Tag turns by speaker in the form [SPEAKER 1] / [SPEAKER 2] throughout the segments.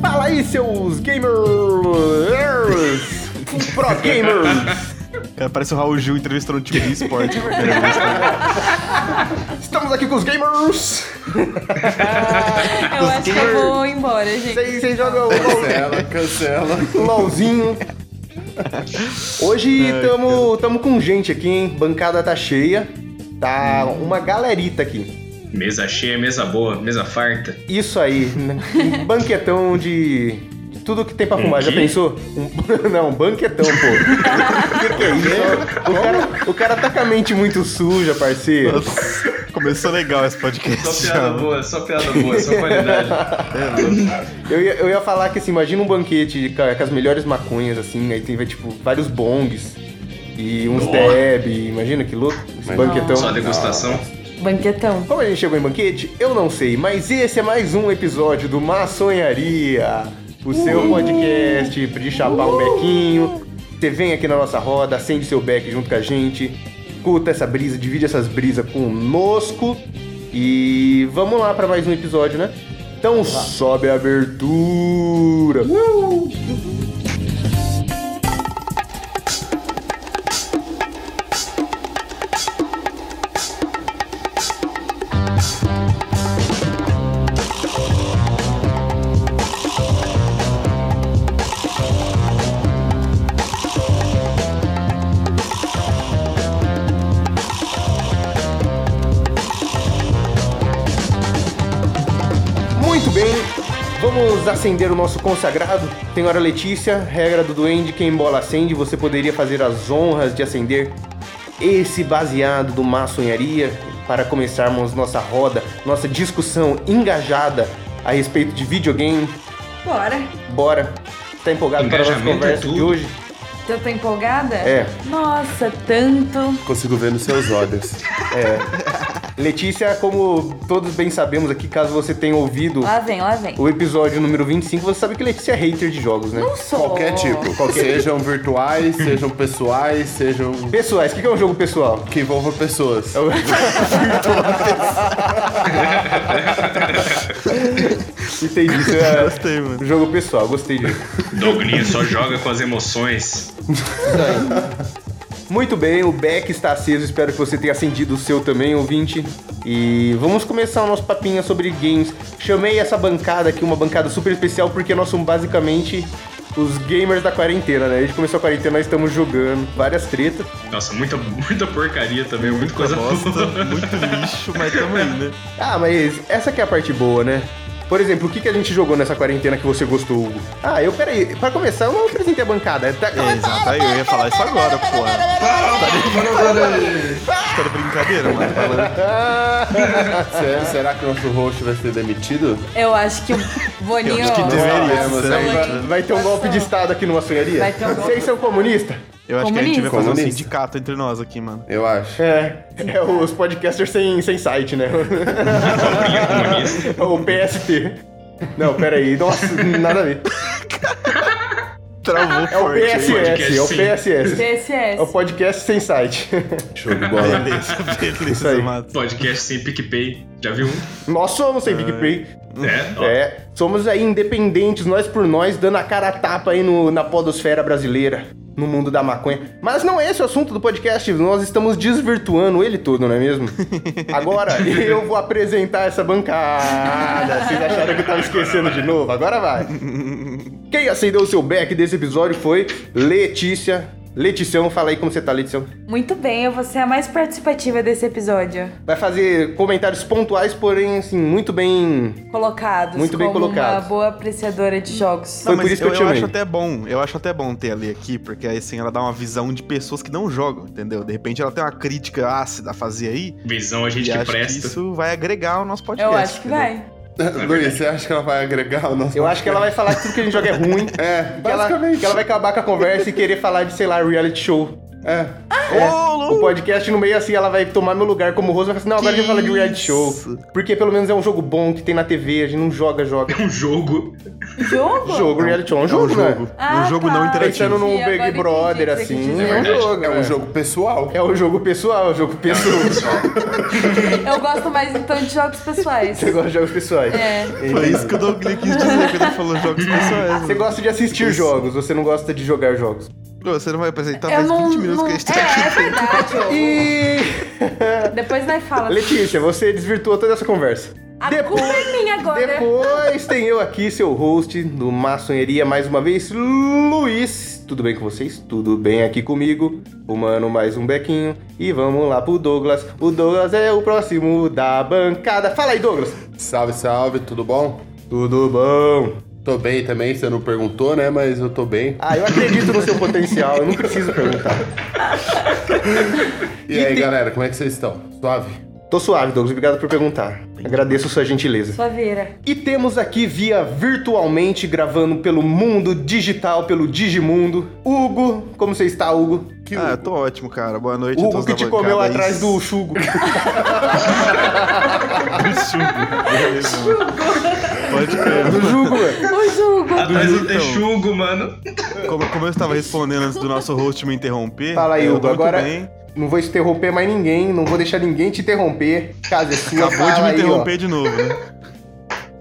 [SPEAKER 1] Fala aí, seus gamers! Pro gamers!
[SPEAKER 2] Cara, parece o Raul Gil entrevistando um time de esporte.
[SPEAKER 1] Estamos aqui com os gamers!
[SPEAKER 3] Eu acho que eu vou embora, gente.
[SPEAKER 1] Vocês vocês jogam o LOL
[SPEAKER 4] Cancela, cancela.
[SPEAKER 1] um LOLzinho. Hoje tamo, tamo com gente aqui, hein? Bancada tá cheia. Tá
[SPEAKER 4] Hum.
[SPEAKER 1] uma galerita aqui.
[SPEAKER 5] Mesa cheia, mesa boa, mesa farta.
[SPEAKER 1] Isso aí, né? um banquetão de. de Tudo que tem pra fumar, já
[SPEAKER 5] quê?
[SPEAKER 1] pensou? Um- não, um banquetão, pô. que que é isso? O cara, o cara tá com a mente muito suja, parceiro.
[SPEAKER 2] Começou legal esse podcast.
[SPEAKER 5] Só
[SPEAKER 2] já,
[SPEAKER 5] piada
[SPEAKER 2] né?
[SPEAKER 5] boa, só piada boa, só qualidade.
[SPEAKER 1] Eu ia, eu ia falar que, assim, imagina um banquete ca- com, as melhores maconhas, assim, aí tem, vai, tipo, vários bongs e uns
[SPEAKER 5] Nossa.
[SPEAKER 1] deb, imagina que louco, esse banquetão.
[SPEAKER 5] Só degustação.
[SPEAKER 3] Banquetão.
[SPEAKER 1] Como a gente chegou em banquete, eu não sei, mas esse é mais um episódio do Maçonharia, o seu podcast de chapar um bequinho. Você vem aqui na nossa roda, acende seu beck junto com a gente, escuta essa brisa, divide essas brisas conosco e vamos lá para mais um episódio, né? Então sobe a abertura. Muito bem, vamos acender o nosso consagrado. Senhora Letícia, regra do duende, quem bola acende, você poderia fazer as honras de acender esse baseado do maçonharia para começarmos nossa roda, nossa discussão engajada a respeito de videogame.
[SPEAKER 3] Bora.
[SPEAKER 1] Bora, tá empolgado para a nossa
[SPEAKER 5] Engajamento é
[SPEAKER 1] conversa de
[SPEAKER 5] tudo.
[SPEAKER 1] hoje?
[SPEAKER 3] Tô, tô empolgada?
[SPEAKER 1] É.
[SPEAKER 3] Nossa, tanto.
[SPEAKER 4] Consigo ver nos seus olhos.
[SPEAKER 1] Letícia, como todos bem sabemos aqui, caso você tenha ouvido
[SPEAKER 3] Lá vem, lá vem.
[SPEAKER 1] o episódio número 25, você sabe que Letícia é hater de jogos, né?
[SPEAKER 3] Não sou.
[SPEAKER 4] Qualquer tipo. Sejam virtuais, sejam pessoais, sejam
[SPEAKER 1] Pessoais, o que que é um jogo pessoal?
[SPEAKER 4] que envolvam pessoas.
[SPEAKER 1] É o- Entendi, isso é
[SPEAKER 2] Gostei, mano.
[SPEAKER 1] jogo pessoal, gostei disso.
[SPEAKER 5] Dogninho só joga com as emoções.
[SPEAKER 1] Muito bem, o Beck está aceso, espero que você tenha acendido o seu também, ouvinte. E vamos começar o nosso papinho sobre games. Chamei essa bancada aqui, uma bancada super especial, porque nós somos basicamente os gamers da quarentena, né? A gente começou a quarentena, nós estamos jogando várias tretas.
[SPEAKER 5] Nossa, muita, muita porcaria também, muita coisa
[SPEAKER 2] Bosta,
[SPEAKER 5] boa.
[SPEAKER 2] muito lixo, mas tamo aí, né?
[SPEAKER 1] Ah, mas essa que é a parte boa, né? Por exemplo, o que, que a gente jogou nessa quarentena que você gostou, Hugo? Ah, eu, peraí, pra começar, eu não apresentei a bancada. Tá-
[SPEAKER 2] É, exato. Aí eu ia falar isso agora, porra. Tá de brincadeira, mano. Falando.
[SPEAKER 4] Será, será que o nosso host vai ser demitido?
[SPEAKER 3] Eu acho que o Boninho.
[SPEAKER 2] acho que deveria,
[SPEAKER 3] Nossa,
[SPEAKER 2] será?
[SPEAKER 3] Boninho.
[SPEAKER 1] Vai ter um golpe de estado aqui numa sonharia?
[SPEAKER 3] Vai ter um golpe.
[SPEAKER 1] Vocês são comunistas?
[SPEAKER 2] Eu acho que a gente vai fazer um
[SPEAKER 4] Comunista.
[SPEAKER 2] sindicato entre nós aqui, mano.
[SPEAKER 4] Eu acho.
[SPEAKER 1] É. É os podcasters sem, sem site, né? É o PST. Não, peraí. Nossa, nada a ver.
[SPEAKER 2] Travou
[SPEAKER 1] É o
[SPEAKER 2] forte. hein?
[SPEAKER 1] PSS, é o
[SPEAKER 5] sim.
[SPEAKER 1] PSS. É o
[SPEAKER 3] TSS.
[SPEAKER 1] podcast sem site.
[SPEAKER 4] Show de bola.
[SPEAKER 2] Beleza,
[SPEAKER 1] É. Isso
[SPEAKER 2] beleza,
[SPEAKER 1] aí.
[SPEAKER 2] mano.
[SPEAKER 5] Podcast sem PicPay. Já viu um?
[SPEAKER 1] Nós somos sem PicPay.
[SPEAKER 5] É, ó.
[SPEAKER 1] É, somos aí independentes, nós por nós, dando a cara a tapa aí no- na podosfera brasileira, no mundo da maconha. Mas não é esse o assunto do podcast, nós estamos desvirtuando ele todo, não é mesmo? Agora eu vou apresentar essa bancada. Vocês acharam que eu tava esquecendo de novo? Agora vai. Quem acendeu o seu back desse episódio foi Letícia. Leticião, fala aí como você tá, Leticião.
[SPEAKER 3] Muito bem, eu vou ser a mais participativa desse episódio.
[SPEAKER 1] Vai fazer comentários pontuais, porém, assim, muito bem
[SPEAKER 3] Colocados.
[SPEAKER 1] Muito bem
[SPEAKER 3] como
[SPEAKER 1] colocados.
[SPEAKER 3] Uma boa apreciadora de jogos.
[SPEAKER 1] Foi
[SPEAKER 2] Não, mas
[SPEAKER 1] por isso que eu te amei.
[SPEAKER 2] acho até bom, eu acho até bom ter a Lê aqui, porque aí assim ela dá uma visão de pessoas que não jogam, entendeu? De repente ela tem uma crítica ácida a fazer aí,
[SPEAKER 5] Visão a gente
[SPEAKER 2] e
[SPEAKER 5] que
[SPEAKER 2] acho que
[SPEAKER 5] presta.
[SPEAKER 2] isso vai agregar ao nosso podcast.
[SPEAKER 3] Eu acho que
[SPEAKER 2] entendeu?
[SPEAKER 3] vai.
[SPEAKER 4] Luiz, você acha que ela vai agregar o nosso.
[SPEAKER 1] Eu acho que ela vai falar que tudo que a gente joga é ruim.
[SPEAKER 4] É,
[SPEAKER 1] Que ela,
[SPEAKER 4] basicamente.
[SPEAKER 1] que ela vai acabar com a conversa e querer falar de, sei lá, reality show.
[SPEAKER 4] É.
[SPEAKER 1] O podcast no meio, assim, ela vai tomar meu lugar como rosto e vai falar assim, não, agora a gente fala de reality show.
[SPEAKER 2] Isso.
[SPEAKER 1] Porque pelo menos é um jogo bom que tem na TV, a gente não joga, joga.
[SPEAKER 5] Um jogo.
[SPEAKER 3] Jogo?
[SPEAKER 1] jogo, reality show é um
[SPEAKER 2] É um
[SPEAKER 1] jogo, né?
[SPEAKER 2] jogo.
[SPEAKER 3] Ah,
[SPEAKER 2] um jogo
[SPEAKER 3] tá.
[SPEAKER 2] não
[SPEAKER 1] Pensando
[SPEAKER 2] interativo.
[SPEAKER 1] num
[SPEAKER 3] Entendi, agora
[SPEAKER 1] Big
[SPEAKER 3] entendi
[SPEAKER 1] Brother,
[SPEAKER 3] o que você quis
[SPEAKER 1] assim,
[SPEAKER 5] dizer.
[SPEAKER 1] é um jogo,
[SPEAKER 4] É
[SPEAKER 1] né?
[SPEAKER 4] um jogo pessoal.
[SPEAKER 1] É o jogo pessoal, é o jogo pessoal.
[SPEAKER 3] Eu gosto mais então de jogos pessoais.
[SPEAKER 2] Tá
[SPEAKER 1] Você gosta de jogos pessoais.
[SPEAKER 3] É.
[SPEAKER 2] Foi isso que o Doug Lee quis dizer quando ele falou jogos é pessoais.
[SPEAKER 1] Você gosta de assistir jogos, você não gosta de jogar jogos.
[SPEAKER 2] Pô, Você não vai apresentar
[SPEAKER 3] Eu
[SPEAKER 2] mais
[SPEAKER 3] não,
[SPEAKER 2] 20 minutos
[SPEAKER 3] não...
[SPEAKER 2] que a gente tá
[SPEAKER 3] É, é
[SPEAKER 2] aqui.
[SPEAKER 3] verdade. ô.
[SPEAKER 1] E...
[SPEAKER 3] Depois nós fala.
[SPEAKER 1] Letícia, você desvirtuou toda essa conversa.
[SPEAKER 3] A
[SPEAKER 1] Depois-
[SPEAKER 3] culpa é minha agora.
[SPEAKER 1] Depois tem eu aqui, seu host do Maçonheria, mais uma vez, Luiz. Tudo bem com vocês? Tudo bem aqui comigo? Humano, mais um bequinho. E vamos lá pro Douglas. O Douglas é o próximo da bancada. Fala aí, Douglas.
[SPEAKER 4] Salve, salve, tudo bom?
[SPEAKER 1] Tudo bom?
[SPEAKER 4] Tô bem também, você não perguntou, né? Mas eu tô bem.
[SPEAKER 1] Ah, eu acredito no seu potencial, eu não preciso perguntar.
[SPEAKER 4] E, aí, galera, como é que vocês estão? Suave?
[SPEAKER 1] Tô suave, Douglas, obrigado por perguntar. Agradeço sua gentileza.
[SPEAKER 3] Sua veira.
[SPEAKER 1] E temos aqui via virtualmente, gravando pelo mundo digital, pelo Digimundo, Hugo. Como você está, Hugo? Que
[SPEAKER 2] Ah, eu tô ótimo, cara. Boa noite. a
[SPEAKER 1] Hugo
[SPEAKER 2] todos
[SPEAKER 1] que
[SPEAKER 2] da
[SPEAKER 1] te
[SPEAKER 2] bancada é
[SPEAKER 1] comeu
[SPEAKER 2] aí.
[SPEAKER 1] atrás do chugo.
[SPEAKER 2] Beleza. Pode crer.
[SPEAKER 1] Do jugo, mano.
[SPEAKER 3] O jogo.
[SPEAKER 5] Atrás do
[SPEAKER 2] então.
[SPEAKER 5] texugo, mano.
[SPEAKER 2] Como, como eu estava respondendo antes do nosso host me interromper. é,
[SPEAKER 1] Fala aí,
[SPEAKER 2] eu
[SPEAKER 1] Hugo.
[SPEAKER 2] tô muito
[SPEAKER 1] Agora
[SPEAKER 2] bem.
[SPEAKER 1] não vou interromper mais ninguém, não vou deixar ninguém te interromper. Casa é sua,
[SPEAKER 2] Acabou de
[SPEAKER 1] fala
[SPEAKER 2] me
[SPEAKER 1] aí,
[SPEAKER 2] interromper de novo, né?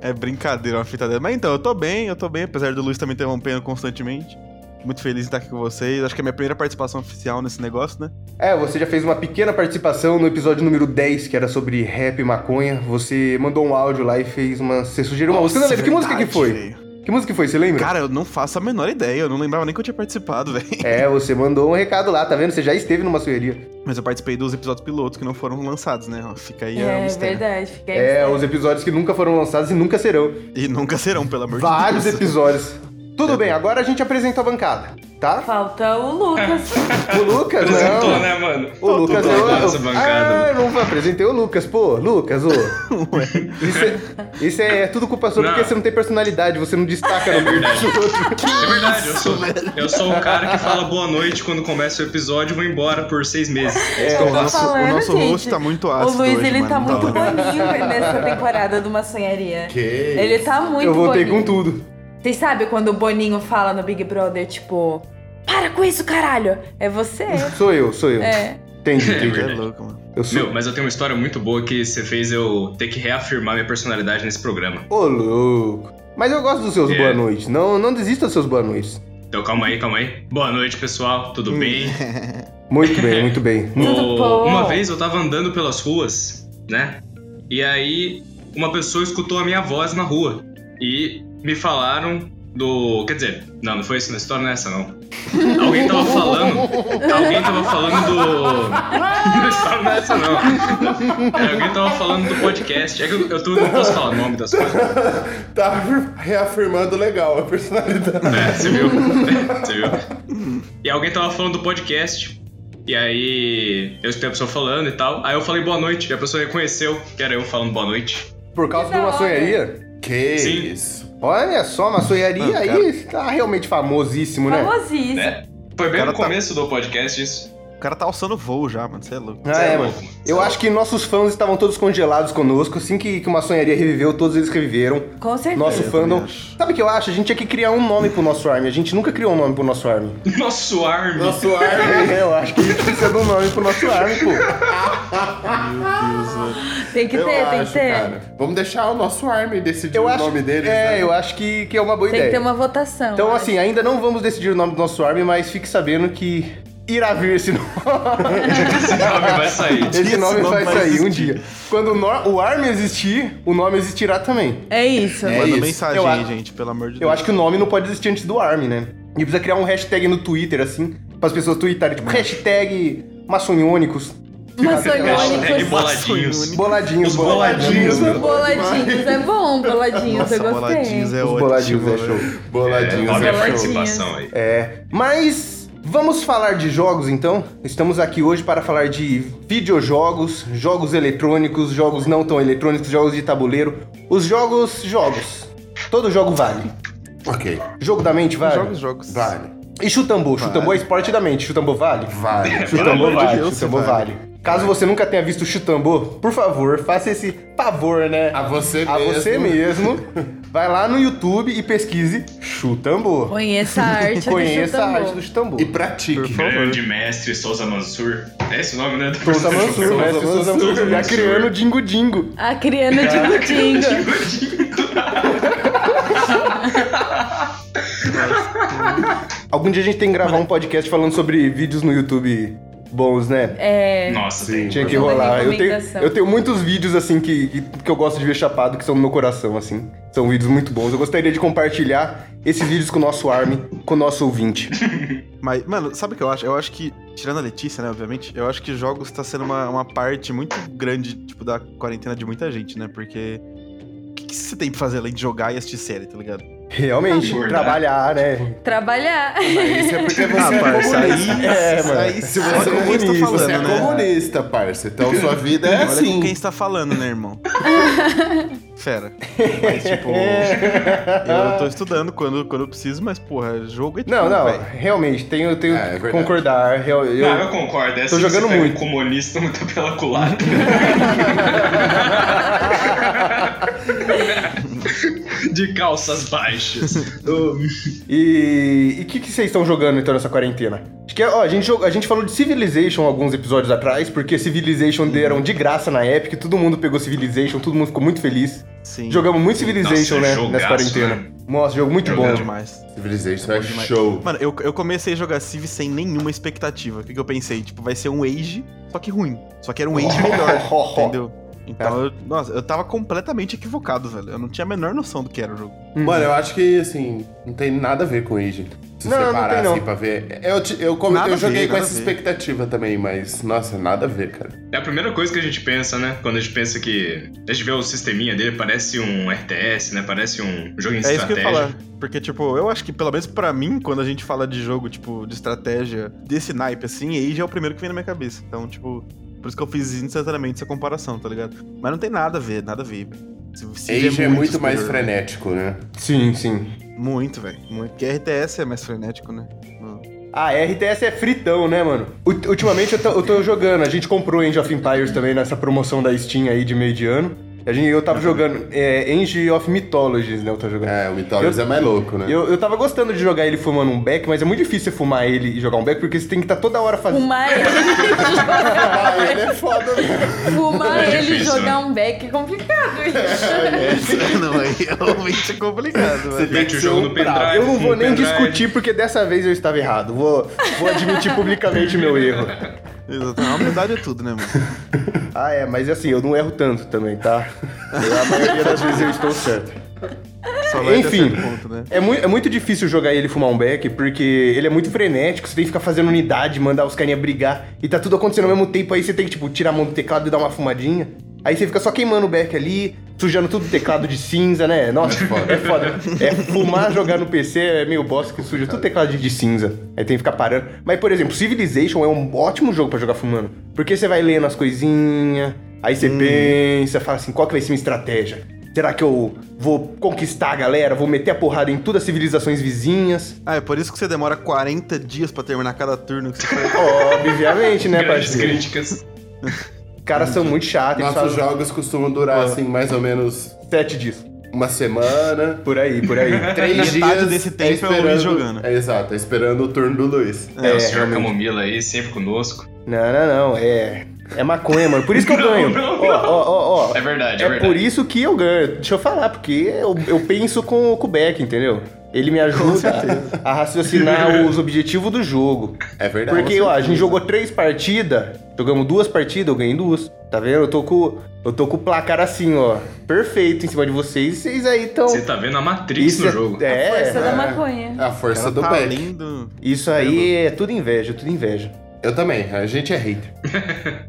[SPEAKER 2] É brincadeira uma fita dela. Mas então, eu tô bem, eu tô bem, apesar do Luiz estar me interrompendo constantemente. Muito feliz em estar aqui com vocês. Acho que é a minha primeira participação oficial nesse negócio, né?
[SPEAKER 1] ó. É, você já fez uma pequena participação no episódio número 10, que era sobre rap e maconha. Você mandou um áudio lá e fez uma. Você sugeriu uma música. Você não lembra? Que música que
[SPEAKER 2] Verdade,
[SPEAKER 1] foi?
[SPEAKER 2] velho.
[SPEAKER 1] Que música que foi? Você lembra?
[SPEAKER 2] Cara, eu não faço a menor ideia. Eu não lembrava nem que eu tinha participado, velho.
[SPEAKER 1] É, você mandou um recado lá, tá vendo? Você já esteve numa maçoeria.
[SPEAKER 2] Mas eu participei dos episódios pilotos que não foram lançados, né? Ó, Fica aí a
[SPEAKER 3] É
[SPEAKER 2] mistério.
[SPEAKER 3] verdade. Fica aí.
[SPEAKER 1] É, os episódios que nunca foram lançados e nunca serão.
[SPEAKER 2] E nunca serão, pelo amor
[SPEAKER 1] Vários
[SPEAKER 2] de Deus.
[SPEAKER 1] episódios. Tudo bem, agora a gente apresenta a bancada, tá?
[SPEAKER 3] Falta o Lucas.
[SPEAKER 1] O Lucas,
[SPEAKER 5] Apresentou,
[SPEAKER 1] não.
[SPEAKER 5] né, mano?
[SPEAKER 1] O Lucas é
[SPEAKER 5] Faltou essa
[SPEAKER 1] o.
[SPEAKER 5] bancada.
[SPEAKER 1] Ah, eu não apresentei o Lucas, pô. Lucas, ô. Isso é, isso é tudo culpa sua
[SPEAKER 5] Não.
[SPEAKER 1] porque você não tem personalidade, você não destaca no meio dos outros.
[SPEAKER 5] É verdade, eu sou, eu sou o cara que fala boa noite quando começa o episódio e vou embora por seis meses.
[SPEAKER 2] É, o nosso,
[SPEAKER 3] falando,
[SPEAKER 2] o nosso
[SPEAKER 3] gente.
[SPEAKER 2] host tá muito
[SPEAKER 3] O
[SPEAKER 2] ácido.
[SPEAKER 3] Luiz,
[SPEAKER 2] hoje,
[SPEAKER 3] ele
[SPEAKER 2] mano.
[SPEAKER 3] tá muito
[SPEAKER 2] legal.
[SPEAKER 3] boninho nessa temporada do Maçonharia.
[SPEAKER 4] Que
[SPEAKER 3] Ele tá muito
[SPEAKER 1] Eu voltei
[SPEAKER 3] boninho.
[SPEAKER 1] com tudo.
[SPEAKER 3] Vocês sabem quando o Boninho fala no Big Brother, tipo, para com isso, caralho! É você.
[SPEAKER 1] Sou eu, sou eu.
[SPEAKER 3] É.
[SPEAKER 1] Entendi,
[SPEAKER 2] É
[SPEAKER 1] entendi.
[SPEAKER 2] louco, mano.
[SPEAKER 1] Eu sou.
[SPEAKER 5] Meu, mas eu tenho uma história muito boa que você fez eu ter que reafirmar minha personalidade nesse programa.
[SPEAKER 1] Ô, louco. Mas eu gosto dos seus
[SPEAKER 5] É.
[SPEAKER 1] boa noites. Não, não desista dos seus boa noites.
[SPEAKER 5] Então calma aí, calma aí. Boa noite, pessoal. Tudo bem?
[SPEAKER 1] Muito bem, muito bem.
[SPEAKER 3] Tudo
[SPEAKER 5] Ô,
[SPEAKER 3] bom?
[SPEAKER 5] Uma vez eu tava andando pelas ruas, né? E aí uma pessoa escutou a minha voz na rua. E me falaram do. Quer dizer, não, não foi isso na história nessa, não. Alguém tava falando. Alguém tava falando do. Não história nessa, não. É, alguém tava falando do podcast. É que eu, eu tô, não posso falar o nome das coisas.
[SPEAKER 4] tá reafirmando legal a personalidade.
[SPEAKER 5] É, você viu? Você viu? E alguém tava falando do podcast. E aí eu escutei a pessoa falando e tal. Aí eu falei boa noite. E a pessoa reconheceu que era eu falando boa noite.
[SPEAKER 1] Por causa
[SPEAKER 3] Que
[SPEAKER 1] de
[SPEAKER 3] da
[SPEAKER 1] uma
[SPEAKER 3] hora.
[SPEAKER 1] sonharia?
[SPEAKER 4] Que
[SPEAKER 5] Sim.
[SPEAKER 4] isso.
[SPEAKER 1] Olha só, maçonharia
[SPEAKER 2] Ah,
[SPEAKER 1] aí tá realmente famosíssimo, né?
[SPEAKER 3] Famosíssimo.
[SPEAKER 5] Né? Foi bem
[SPEAKER 2] Cara,
[SPEAKER 5] no
[SPEAKER 2] tá-
[SPEAKER 5] começo do podcast isso.
[SPEAKER 2] O cara tá alçando voo já, mano. Você é louco.
[SPEAKER 1] Ah,
[SPEAKER 5] Cê
[SPEAKER 1] é,
[SPEAKER 5] é
[SPEAKER 1] mano.
[SPEAKER 5] louco, mano. Cê
[SPEAKER 1] Eu
[SPEAKER 5] é
[SPEAKER 1] acho que nossos fãs estavam todos congelados conosco. Assim que, que uma sonharia reviveu, todos eles reviveram.
[SPEAKER 3] Com certeza.
[SPEAKER 1] Nosso
[SPEAKER 2] eu
[SPEAKER 1] fandom.
[SPEAKER 2] também acho.
[SPEAKER 1] Sabe o que eu acho? A gente tinha que criar um nome pro nosso Army. A gente nunca criou um nome pro nosso Army.
[SPEAKER 5] Nosso Army.
[SPEAKER 4] Nosso ar.
[SPEAKER 1] É, eu acho que a gente precisa de um nome pro nosso Army, pô.
[SPEAKER 3] Tem que
[SPEAKER 4] Eu
[SPEAKER 3] ter, tem que
[SPEAKER 4] acho,
[SPEAKER 3] ter.
[SPEAKER 4] cara. Vamos deixar o nosso Army decidir
[SPEAKER 1] Eu
[SPEAKER 4] o
[SPEAKER 1] acho,
[SPEAKER 4] um nome dele.
[SPEAKER 1] é,
[SPEAKER 4] né?
[SPEAKER 1] eu acho que, que é uma boa
[SPEAKER 3] Tem que
[SPEAKER 1] ideia.
[SPEAKER 3] ter uma votação.
[SPEAKER 1] Então, assim, ainda não vamos decidir o nome do nosso Army, mas fique sabendo que irá vir esse nome.
[SPEAKER 5] Esse nome vai sair.
[SPEAKER 1] esse
[SPEAKER 2] Esse
[SPEAKER 1] nome
[SPEAKER 2] nome
[SPEAKER 1] vai
[SPEAKER 2] vai
[SPEAKER 1] sair um
[SPEAKER 2] existir.
[SPEAKER 1] dia. Quando o, no- o Army existir, o nome existirá também.
[SPEAKER 3] É isso.
[SPEAKER 4] É.
[SPEAKER 2] Manda
[SPEAKER 4] isso.
[SPEAKER 2] mensagem
[SPEAKER 1] Eu
[SPEAKER 2] aí,
[SPEAKER 1] a-
[SPEAKER 2] gente, pelo amor de
[SPEAKER 1] Eu
[SPEAKER 2] Deus.
[SPEAKER 1] acho que o nome não pode existir antes do ARM, né? E precisa criar um hashtag no Twitter, assim, pras pessoas tweetarem, tipo, hashtag maçonhônicos,
[SPEAKER 5] Hashtag
[SPEAKER 3] Maçonhônicos.
[SPEAKER 5] boladinhos.
[SPEAKER 1] boladinhos,
[SPEAKER 5] Os boladinhos, né?
[SPEAKER 1] boladinhos.
[SPEAKER 5] meu.
[SPEAKER 3] Boladinhos. É bom, boladinhos. eu gostei.
[SPEAKER 2] boladinhos é
[SPEAKER 1] Os
[SPEAKER 2] ótimo.
[SPEAKER 1] boladinhos é show.
[SPEAKER 2] velho.
[SPEAKER 5] É,
[SPEAKER 4] Boladinho.
[SPEAKER 5] olha a
[SPEAKER 4] né?
[SPEAKER 5] participação aí.
[SPEAKER 1] É, mas vamos falar de jogos, então? Estamos aqui hoje para falar de videojogos, jogos eletrônicos, jogos não tão eletrônicos, jogos de tabuleiro, os jogos, jogos. Todo jogo vale.
[SPEAKER 4] Ok,
[SPEAKER 1] Jogo da mente vale.
[SPEAKER 2] Jogos, jogos.
[SPEAKER 4] vale.
[SPEAKER 1] E chutambu? Chutambu é esporte da mente. Chutambu vale?
[SPEAKER 4] Vale.
[SPEAKER 1] Chutambu
[SPEAKER 2] de
[SPEAKER 1] vale.
[SPEAKER 2] Deus,
[SPEAKER 1] Chutambu
[SPEAKER 2] vale.
[SPEAKER 1] vale. Caso você nunca tenha visto chutambu, por favor, faça esse favor, né?
[SPEAKER 4] A você
[SPEAKER 1] A
[SPEAKER 4] mesmo.
[SPEAKER 1] você mesmo. Vai lá no YouTube e pesquise chutambu.
[SPEAKER 3] Conheça a arte do
[SPEAKER 1] Conheça a
[SPEAKER 3] chutambô.
[SPEAKER 1] arte do chutambu.
[SPEAKER 4] E pratique.
[SPEAKER 5] Grande mestre Souza Mansur. É esse o nome, né?
[SPEAKER 1] Souza Mansur, né?
[SPEAKER 4] Souza
[SPEAKER 1] Souza Mansur.
[SPEAKER 5] Mansur.
[SPEAKER 1] Já criando Dingo Dingo.
[SPEAKER 3] A criança de Budinga.
[SPEAKER 1] Algum dia a gente tem que gravar um podcast falando sobre vídeos no YouTube bons, né?
[SPEAKER 3] É.
[SPEAKER 5] Nossa,
[SPEAKER 1] Tinha que
[SPEAKER 3] Uma
[SPEAKER 1] rolar. Eu tenho,
[SPEAKER 3] recomendação.
[SPEAKER 1] eu tenho muitos vídeos, assim, que, que, que eu gosto de ver chapado, que são do meu coração, assim. São vídeos muito bons. Eu gostaria de compartilhar esses vídeos com o nosso Army, com o nosso ouvinte.
[SPEAKER 2] Mas, mano, sabe o que eu acho? Eu acho que, tirando a Letícia, né, obviamente, eu acho que jogos tá sendo uma, uma parte muito grande, tipo, da quarentena de muita gente, né? Porque. O que, que você tem pra fazer além de jogar e assistir série, tá ligado?
[SPEAKER 1] Realmente,
[SPEAKER 5] Verdade.
[SPEAKER 1] trabalhar, né?
[SPEAKER 3] Tipo, Trabalhar.
[SPEAKER 4] Isso é porque você é
[SPEAKER 2] Ah, parça,
[SPEAKER 4] comunista.
[SPEAKER 2] aí,
[SPEAKER 1] É, mano.
[SPEAKER 2] aí se
[SPEAKER 4] Você
[SPEAKER 2] você
[SPEAKER 4] é
[SPEAKER 2] é comunista,
[SPEAKER 4] comunista,
[SPEAKER 2] falando,
[SPEAKER 4] você é
[SPEAKER 2] né?
[SPEAKER 4] comunista, parça. Então sua vida é
[SPEAKER 2] Olha
[SPEAKER 4] assim.
[SPEAKER 2] com quem está falando, né, irmão? Fera. Mas, tipo, eu tô estudando quando, quando eu preciso, mas, porra, jogo é tipo,
[SPEAKER 1] Não, não,
[SPEAKER 2] velho.
[SPEAKER 1] realmente, tenho, tenho
[SPEAKER 4] É, é
[SPEAKER 1] que
[SPEAKER 4] verdade.
[SPEAKER 1] concordar. Real- Eu,
[SPEAKER 5] Não, eu concordo. Essa
[SPEAKER 1] Tô jogando
[SPEAKER 5] você pega
[SPEAKER 1] muito.
[SPEAKER 5] Um comunista muito pela culatra. De calças baixas.
[SPEAKER 1] E o que, que vocês estão jogando então nessa quarentena? Acho que ó, a gente, jogou- a gente falou de Civilization alguns episódios atrás, porque Civilization deram de graça na Epic, todo mundo pegou Civilization, todo mundo ficou muito feliz.
[SPEAKER 2] Sim,
[SPEAKER 1] Jogamos muito Civilization,
[SPEAKER 5] Nossa,
[SPEAKER 1] né?
[SPEAKER 5] é jogaço,
[SPEAKER 1] nessa quarentena.
[SPEAKER 5] né?
[SPEAKER 1] Nossa, jogo muito
[SPEAKER 5] Jogando
[SPEAKER 1] é bom.
[SPEAKER 2] é demais.
[SPEAKER 4] Civilization é
[SPEAKER 2] demais.
[SPEAKER 4] show.
[SPEAKER 2] Mano, eu, eu comecei a jogar Civ sem nenhuma expectativa. O que, que eu pensei? Tipo, vai ser um Age, só que ruim. Só que era um Age melhor, entendeu? Então, eu, nossa, eu tava completamente equivocado, velho. Eu não tinha a menor noção do que era o jogo.
[SPEAKER 4] Mano, eu acho que, assim, não tem nada a ver com Age. Se
[SPEAKER 1] Não,
[SPEAKER 4] você
[SPEAKER 1] não
[SPEAKER 4] parar
[SPEAKER 1] tem, não.
[SPEAKER 4] assim pra ver. Eu, te- eu, come-
[SPEAKER 2] Nada
[SPEAKER 4] eu
[SPEAKER 2] a
[SPEAKER 4] joguei
[SPEAKER 2] ver,
[SPEAKER 4] com
[SPEAKER 2] nada
[SPEAKER 4] essa
[SPEAKER 2] a ver.
[SPEAKER 4] expectativa também, mas, nossa, nada a ver, cara.
[SPEAKER 5] É a primeira coisa que a gente pensa, né? Quando a gente pensa que. A gente vê o sisteminha dele, parece um RTS, né? Parece um jogo em
[SPEAKER 2] É isso que eu ia
[SPEAKER 5] estratégia.
[SPEAKER 2] falar. Porque, tipo, eu acho que, pelo menos pra mim, quando a gente fala de jogo, tipo, de estratégia desse naipe, assim, Age é o primeiro que vem na minha cabeça. Então, tipo, por isso que eu fiz instantaneamente essa comparação, tá ligado? Mas não tem nada a ver, nada a ver. Civ- Civ
[SPEAKER 4] Age é muito
[SPEAKER 2] superior,
[SPEAKER 4] mais
[SPEAKER 2] né?
[SPEAKER 4] frenético, né?
[SPEAKER 1] Sim, sim.
[SPEAKER 2] Muito, velho. Muito. Porque RTS é mais frenético, né? Mano.
[SPEAKER 1] Ah, RTS é fritão, né, mano? Ult- Ultimamente eu tô, eu tô jogando, a gente comprou Age of Empires também nessa promoção da Steam aí de meio de ano. A gente, eu tava jogando é, Age of Mythologies, né? Eu tô jogando.
[SPEAKER 4] É, o Mythologies é mais louco, né?
[SPEAKER 1] Eu, eu tava gostando de jogar ele fumando um beck, mas é muito difícil você fumar ele e jogar um beck, porque você tem que estar toda hora fazendo.
[SPEAKER 3] Fumar ele.
[SPEAKER 4] Ah, ele é foda, né?
[SPEAKER 3] Fumar
[SPEAKER 5] É
[SPEAKER 3] ele e
[SPEAKER 5] difícil,
[SPEAKER 3] jogar
[SPEAKER 5] né?
[SPEAKER 3] um beck é complicado, isso.
[SPEAKER 2] não, aí realmente é complicado,
[SPEAKER 4] Você
[SPEAKER 2] velho.
[SPEAKER 4] tem
[SPEAKER 5] Mete
[SPEAKER 4] que
[SPEAKER 5] o
[SPEAKER 4] ser
[SPEAKER 5] jogo
[SPEAKER 4] um
[SPEAKER 5] no
[SPEAKER 4] prato.
[SPEAKER 5] pendrive.
[SPEAKER 1] Eu não vou nem
[SPEAKER 5] Pendrive.
[SPEAKER 1] discutir, porque dessa vez eu estava errado. Vou, vou admitir publicamente meu erro.
[SPEAKER 2] Exatamente. A humildade é tudo, né, mano?
[SPEAKER 1] Ah, é, mas assim, eu não erro tanto também, tá? A maioria das vezes eu estou certo.
[SPEAKER 2] Só vai até
[SPEAKER 1] Enfim.
[SPEAKER 2] certo ponto, né?
[SPEAKER 1] É, mui- é muito difícil jogar ele e fumar um beck, porque ele é muito frenético, você tem que ficar fazendo unidade, mandar os carinha brigar, e tá tudo acontecendo ao mesmo tempo, aí você tem que, tipo, tirar a mão do teclado e dar uma fumadinha. Aí você fica só queimando o beck ali, sujando tudo o teclado de cinza, né? Nossa, é foda. É fumar, jogar no PC é meio bosta que suja tudo o teclado de, de cinza. Aí tem que ficar parando. Mas, por exemplo, Civilization é um ótimo jogo pra jogar fumando. Porque você vai lendo as coisinhas, aí você pensa, fala assim, qual que vai ser minha estratégia? Será que eu vou conquistar a galera? Vou meter a porrada em todas as civilizações vizinhas?
[SPEAKER 2] Ah, é por isso que você demora 40 dias pra terminar cada turno que você faz.
[SPEAKER 1] Obviamente, né,
[SPEAKER 5] Grandes
[SPEAKER 1] parceiro?
[SPEAKER 5] críticas.
[SPEAKER 1] Os caras são muito chatos, eles
[SPEAKER 4] Nossos
[SPEAKER 1] fazem
[SPEAKER 4] jogos costumam durar, assim, mais ou menos
[SPEAKER 1] sete dias.
[SPEAKER 4] uma semana.
[SPEAKER 1] Por aí, por aí.
[SPEAKER 4] Três
[SPEAKER 2] Metade
[SPEAKER 4] dias
[SPEAKER 2] desse tempo é o Luiz jogando.
[SPEAKER 4] É, exato, é esperando o turno do Luiz.
[SPEAKER 5] É, o senhor
[SPEAKER 1] realmente.
[SPEAKER 5] Camomila aí, sempre conosco.
[SPEAKER 1] Não, não, não. É. É maconha, mano. Por isso que eu
[SPEAKER 5] Não,
[SPEAKER 1] ganho.
[SPEAKER 5] não,
[SPEAKER 1] Ó, ó, ó, ó.
[SPEAKER 5] É verdade, é, verdade.
[SPEAKER 1] por isso que eu ganho. Deixa eu falar, porque eu, eu penso com o Quebec, entendeu? Ele me ajuda a raciocinar os objetivos do jogo.
[SPEAKER 4] É verdade.
[SPEAKER 1] Porque, ó, a gente jogou três partidas, jogamos duas partidas, eu ganhei duas. Tá vendo? Eu tô com, eu tô com o placar assim, ó, perfeito em cima de vocês. E vocês aí estão.
[SPEAKER 5] Você tá vendo a Matrix no
[SPEAKER 1] é-
[SPEAKER 5] jogo.
[SPEAKER 1] É,
[SPEAKER 3] Força da
[SPEAKER 4] é.
[SPEAKER 3] maconha.
[SPEAKER 4] A força
[SPEAKER 2] Ela
[SPEAKER 4] do
[SPEAKER 2] tá
[SPEAKER 4] back.
[SPEAKER 2] lindo.
[SPEAKER 1] isso aí é tudo inveja, tudo inveja.
[SPEAKER 4] Eu também, a gente é hater.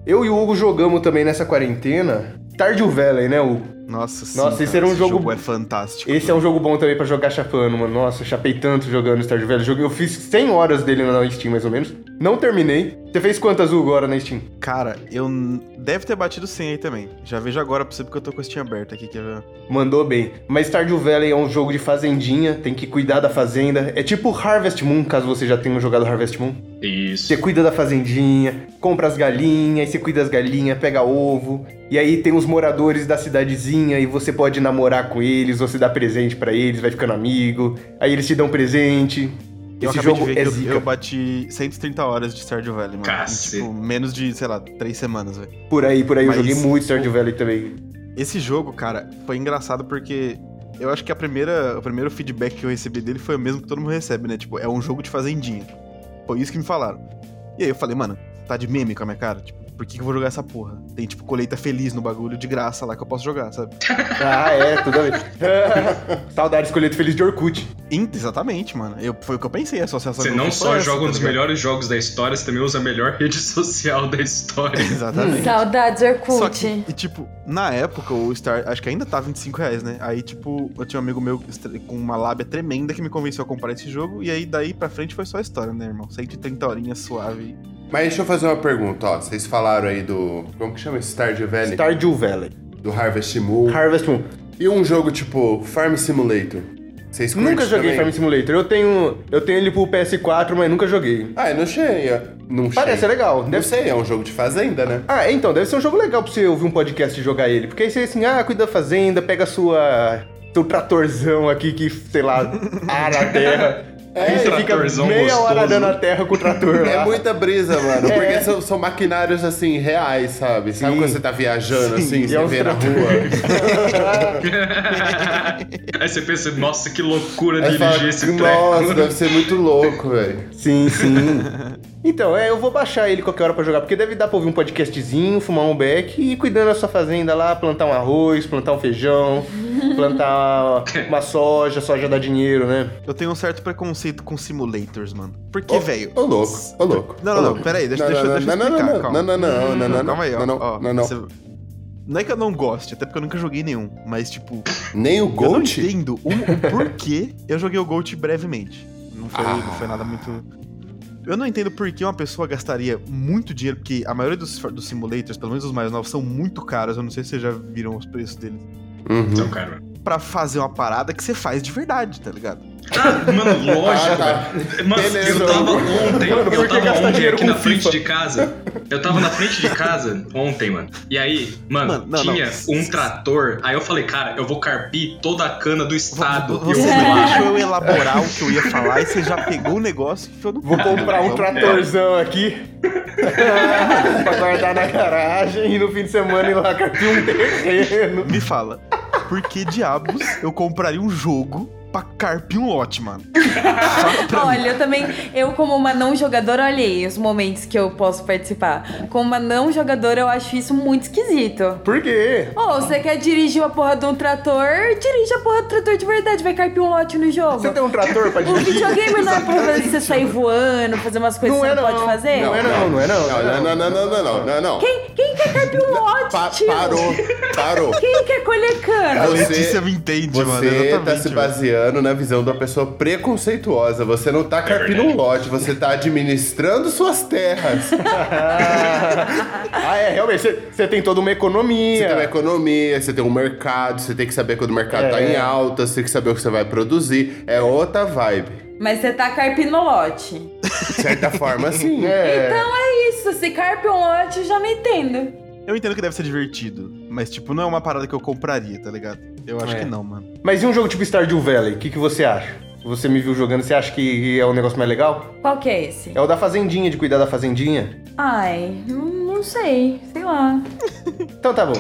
[SPEAKER 1] Eu e o Hugo jogamos também nessa quarentena. Tarde o Valley, né, Hugo?
[SPEAKER 2] Nossa, sim,
[SPEAKER 1] Nossa, esse era um
[SPEAKER 2] esse
[SPEAKER 1] jogo-
[SPEAKER 2] é fantástico.
[SPEAKER 1] Esse é um jogo bom também pra jogar chapando, mano. Nossa, eu chapei tanto jogando Stardew Valley. Joguei- Eu fiz 100 horas dele na Steam, mais ou menos. Não terminei. Você fez quantas, Hugo, agora na Steam?
[SPEAKER 2] Cara, eu. n- Deve ter batido 100 aí também. Já vejo agora pra você porque eu tô com a Steam aberta aqui, quer ver?
[SPEAKER 1] Mandou bem. Mas Stardew Valley é um jogo de fazendinha, tem que cuidar da fazenda. É tipo Harvest Moon, caso você já tenha jogado Harvest Moon.
[SPEAKER 5] Isso.
[SPEAKER 1] Você cuida da fazendinha, compra as galinhas, aí você cuida das galinhas, pega ovo. E aí tem os moradores da cidadezinha e você pode namorar com eles, você dá presente pra eles, vai ficando amigo. Aí eles te dão presente.
[SPEAKER 2] Eu
[SPEAKER 1] Esse
[SPEAKER 2] acabei
[SPEAKER 1] jogo
[SPEAKER 2] de ver
[SPEAKER 1] é
[SPEAKER 2] que eu-
[SPEAKER 1] zica.
[SPEAKER 2] eu, bati 130 horas de Stardew Valley, mano.
[SPEAKER 5] Cacete.
[SPEAKER 2] Em, tipo, menos de, sei lá, 3 semanas, velho.
[SPEAKER 1] Por aí, por aí.
[SPEAKER 2] Mas
[SPEAKER 1] eu joguei
[SPEAKER 2] isso-
[SPEAKER 1] muito Stardew Valley também.
[SPEAKER 2] Esse jogo, cara, foi engraçado porque eu acho que a primeira, o primeiro feedback que eu recebi dele foi o mesmo que todo mundo recebe, né? Tipo, é um jogo de fazendinha. Foi isso que me falaram. E aí eu falei, mano, tá de meme com a minha cara? Tipo, por que, que eu vou jogar essa porra? Tem, tipo, colheita feliz no bagulho de graça lá que eu posso jogar, sabe?
[SPEAKER 1] Ah, é, tudo a ver. Saudades, colheito feliz de Orkut.
[SPEAKER 2] Int- Exatamente, mano. Eu, foi o que eu pensei, a associação
[SPEAKER 5] Você
[SPEAKER 2] que eu
[SPEAKER 5] não
[SPEAKER 2] fiz foi
[SPEAKER 5] só
[SPEAKER 2] essa,
[SPEAKER 5] joga um
[SPEAKER 2] tá
[SPEAKER 5] dos
[SPEAKER 2] ligado?
[SPEAKER 5] melhores jogos da história, você também usa a melhor rede social da história.
[SPEAKER 2] Exatamente.
[SPEAKER 3] Saudades,
[SPEAKER 2] Só
[SPEAKER 3] Orkut.
[SPEAKER 2] que, e, tipo, na época, o Star, acho que ainda tá 25 reais, né? Aí, tipo, eu tinha um amigo meu estre- com uma lábia tremenda que me convenceu a comprar esse jogo. E aí, daí pra frente, foi só história, né, irmão? 130 horinhas suave.
[SPEAKER 4] Mas deixa eu fazer uma pergunta, ó. Vocês falaram aí do. Como que chama esse Stardew Valley?
[SPEAKER 1] Stardew Valley.
[SPEAKER 4] Do Harvest Moon.
[SPEAKER 1] Harvest Moon.
[SPEAKER 4] E um jogo tipo Farm Simulator. Vocês curtem
[SPEAKER 1] Nunca joguei
[SPEAKER 4] também?
[SPEAKER 1] Farm Simulator. Eu tenho, eu tenho ele pro PS4, mas nunca joguei.
[SPEAKER 4] Ah, eu não achei. ó. Não
[SPEAKER 1] Parece
[SPEAKER 4] achei.
[SPEAKER 1] legal.
[SPEAKER 4] Não
[SPEAKER 1] Deve
[SPEAKER 4] sei, é um jogo de fazenda, né?
[SPEAKER 1] Ah, então, deve ser um jogo legal pra você ouvir um podcast e jogar ele. Porque aí você assim, ah, cuida da fazenda, pega sua. seu tratorzão aqui que, sei lá, ara a terra. aí você fica
[SPEAKER 5] tratorzão
[SPEAKER 1] meia hora
[SPEAKER 5] gostoso.
[SPEAKER 1] dando a terra com o trator.
[SPEAKER 4] É
[SPEAKER 1] lá.
[SPEAKER 4] muita brisa, mano.
[SPEAKER 1] É.
[SPEAKER 4] Porque são, são maquinários, assim, reais, sabe? Sabe
[SPEAKER 1] Sim.
[SPEAKER 4] quando você tá viajando,
[SPEAKER 1] Sim,
[SPEAKER 4] assim,
[SPEAKER 1] e
[SPEAKER 4] você
[SPEAKER 1] é
[SPEAKER 2] um
[SPEAKER 1] uns
[SPEAKER 4] vê na
[SPEAKER 1] trator.
[SPEAKER 4] rua.
[SPEAKER 5] Aí você pensa, nossa, que loucura
[SPEAKER 4] Aí
[SPEAKER 5] dirigir
[SPEAKER 4] fala,
[SPEAKER 5] esse
[SPEAKER 4] nossa,
[SPEAKER 5] treco.
[SPEAKER 4] deve ser muito louco, velho.
[SPEAKER 1] Sim, sim. Então, é, eu vou baixar ele qualquer hora pra jogar, porque deve dar pra ouvir um podcastzinho, fumar um beck e ir cuidando da sua fazenda lá, plantar um arroz, plantar um feijão, plantar uma soja, soja dá dinheiro, né?
[SPEAKER 2] Eu tenho um certo preconceito com simulators, mano. Porque,
[SPEAKER 4] Ô,
[SPEAKER 2] velho.
[SPEAKER 4] Ô louco, ô louco.
[SPEAKER 2] Não,
[SPEAKER 4] ô
[SPEAKER 2] não, não,
[SPEAKER 4] louco.
[SPEAKER 2] peraí, deixa,
[SPEAKER 4] Não,
[SPEAKER 2] deixa,
[SPEAKER 4] não,
[SPEAKER 2] deixa eu
[SPEAKER 4] não, não,
[SPEAKER 2] explicar.
[SPEAKER 4] não,
[SPEAKER 2] calma.
[SPEAKER 4] não, não, não, não, não,
[SPEAKER 2] Calma aí, ó.
[SPEAKER 4] não,
[SPEAKER 2] ó,
[SPEAKER 4] não, não.
[SPEAKER 2] você- Não é que eu não goste, até porque eu nunca joguei nenhum, mas tipo,
[SPEAKER 4] Nem o
[SPEAKER 2] eu não
[SPEAKER 4] Gold?
[SPEAKER 2] entendo o, o porquê eu joguei o Gold brevemente. Não foi,
[SPEAKER 4] Ah.
[SPEAKER 2] não foi nada muito. Eu não entendo por que uma pessoa gastaria muito dinheiro, porque a maioria dos, dos simulators, pelo menos os mais novos, são muito caros. Eu não sei se vocês já viram os preços deles.
[SPEAKER 4] Uhum.
[SPEAKER 5] Então, cara.
[SPEAKER 2] Pra fazer uma parada que você faz de verdade, tá ligado?
[SPEAKER 5] Ah, mano, lógico. Mano,
[SPEAKER 4] Beleza.
[SPEAKER 5] eu tava ontem,
[SPEAKER 1] Mano, por
[SPEAKER 5] eu
[SPEAKER 1] que
[SPEAKER 5] tava
[SPEAKER 1] gastar
[SPEAKER 5] ontem
[SPEAKER 1] dinheiro
[SPEAKER 5] aqui
[SPEAKER 1] com
[SPEAKER 5] na frente
[SPEAKER 1] FIFA?
[SPEAKER 5] de casa. Eu tava na frente de casa ontem, mano. E aí, mano,
[SPEAKER 2] Mano, não,
[SPEAKER 5] tinha
[SPEAKER 2] não.
[SPEAKER 5] um trator. Aí eu falei, cara, eu vou carpir toda a cana do estado.
[SPEAKER 2] Você
[SPEAKER 5] e eu
[SPEAKER 2] não
[SPEAKER 5] vou lá.
[SPEAKER 2] deixou eu elaborar o que eu ia falar e você já pegou o negócio que eu não então
[SPEAKER 1] Vou comprar um
[SPEAKER 2] Vamos-
[SPEAKER 1] tratorzão aqui pra guardar na garagem e no fim de semana ir lá carpir um terreno.
[SPEAKER 2] Me fala, por que diabos eu compraria um jogo pra carpir um lote, mano?
[SPEAKER 3] Olha, eu também, eu como uma não jogadora, olha aí os momentos que eu posso participar. Como uma não jogadora, eu acho isso muito esquisito.
[SPEAKER 1] Por quê?
[SPEAKER 3] Ô, você quer dirigir uma porra de um trator? Dirige a porra do trator de verdade, vai carpir um lote no jogo.
[SPEAKER 1] Você tem um trator pra
[SPEAKER 3] O
[SPEAKER 1] dirigir?
[SPEAKER 3] videogame não é pra fazer você sair voando, fazer umas coisas
[SPEAKER 1] Não
[SPEAKER 3] que
[SPEAKER 1] é
[SPEAKER 3] você não,
[SPEAKER 1] não.
[SPEAKER 3] pode fazer?
[SPEAKER 1] Não é não, não é não.
[SPEAKER 4] Não, não, não, não, não, não, não, não, não.
[SPEAKER 3] Quem, quem quer carpir um lote,
[SPEAKER 4] Pa-
[SPEAKER 3] tio?
[SPEAKER 4] parou, parou.
[SPEAKER 3] Quem quer colher
[SPEAKER 2] A
[SPEAKER 3] cana?
[SPEAKER 4] Você-
[SPEAKER 2] Letícia me entende, mano.
[SPEAKER 4] Você
[SPEAKER 2] Exatamente,
[SPEAKER 4] tá se
[SPEAKER 2] velho.
[SPEAKER 4] baseando na visão de uma pessoa preconceituosa. Você não tá carpindo um lote, você tá administrando suas terras. Você
[SPEAKER 1] Ah, é, realmente, você- você tem toda uma economia.
[SPEAKER 4] tem uma economia, você tem um mercado, você tem que saber quando o mercado tá
[SPEAKER 1] É.
[SPEAKER 4] em alta, você tem que saber o que você vai produzir. É outra vibe.
[SPEAKER 3] Mas você tá carpindo um lote.
[SPEAKER 4] De certa forma, sim.
[SPEAKER 1] É.
[SPEAKER 3] Então é isso, se carpe um lote, eu já não entendo.
[SPEAKER 2] Eu entendo que deve ser divertido, mas, tipo, não é uma parada que eu compraria, tá ligado? Eu acho
[SPEAKER 1] É.
[SPEAKER 2] que não, mano.
[SPEAKER 1] Mas e um jogo tipo Stardew Valley? O que, que você acha? Você me viu jogando, você acha que é o negócio mais legal?
[SPEAKER 3] Qual que é esse?
[SPEAKER 1] É o da fazendinha, de cuidar da fazendinha.
[SPEAKER 3] Ai, não, não sei, sei lá.
[SPEAKER 1] Então tá bom.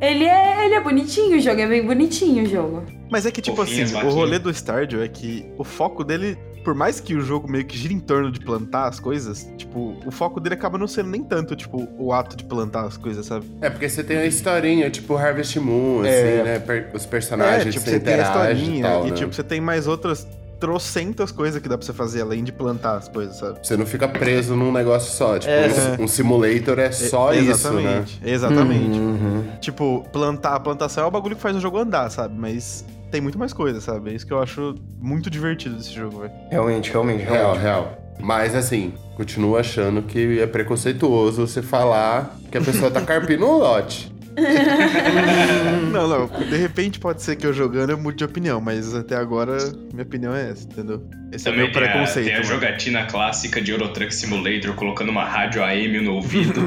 [SPEAKER 3] Ele é, ele é bonitinho o jogo, é bem bonitinho o jogo.
[SPEAKER 2] Mas é que, tipo
[SPEAKER 5] Fofinhas,
[SPEAKER 2] assim,
[SPEAKER 5] vaquinhas.
[SPEAKER 2] o rolê do Stardew é que o foco dele, por mais que o jogo meio que gira em torno de plantar as coisas, tipo, o foco dele acaba não sendo nem tanto, tipo, o ato de plantar as coisas, sabe?
[SPEAKER 4] É porque você tem a historinha, tipo Harvest Moon,
[SPEAKER 1] É.
[SPEAKER 4] assim, né? Per- Os personagens
[SPEAKER 2] É, tipo,
[SPEAKER 4] se
[SPEAKER 2] você tem a
[SPEAKER 4] interagem e
[SPEAKER 2] historinha
[SPEAKER 4] tal,
[SPEAKER 2] e,
[SPEAKER 4] né?
[SPEAKER 2] tipo, você tem mais outras trocentas coisas que dá pra você fazer além de plantar as coisas, sabe?
[SPEAKER 4] Você não fica preso num negócio só. Tipo,
[SPEAKER 1] É.
[SPEAKER 4] um, um simulator é só
[SPEAKER 2] E-
[SPEAKER 4] isso, né?
[SPEAKER 2] Exatamente. Exatamente.
[SPEAKER 1] Uhum.
[SPEAKER 2] Tipo, plantar a plantação é o bagulho que faz o jogo andar, sabe? Mas tem muito mais coisa, sabe? É isso que eu acho muito divertido desse jogo, velho.
[SPEAKER 1] Realmente, realmente,
[SPEAKER 4] né? Real,
[SPEAKER 1] realmente.
[SPEAKER 4] real. Mas assim, continuo achando que é preconceituoso você falar que a pessoa tá carpindo um lote.
[SPEAKER 2] Não, não. De repente pode ser que eu jogando eu mude de opinião, mas até agora minha opinião é essa, entendeu? Esse é
[SPEAKER 5] Também
[SPEAKER 2] meu
[SPEAKER 5] tem a-
[SPEAKER 2] preconceito.
[SPEAKER 5] tem a
[SPEAKER 2] mano.
[SPEAKER 5] jogatina clássica de Eurotruck Simulator, colocando uma rádio AM no ouvido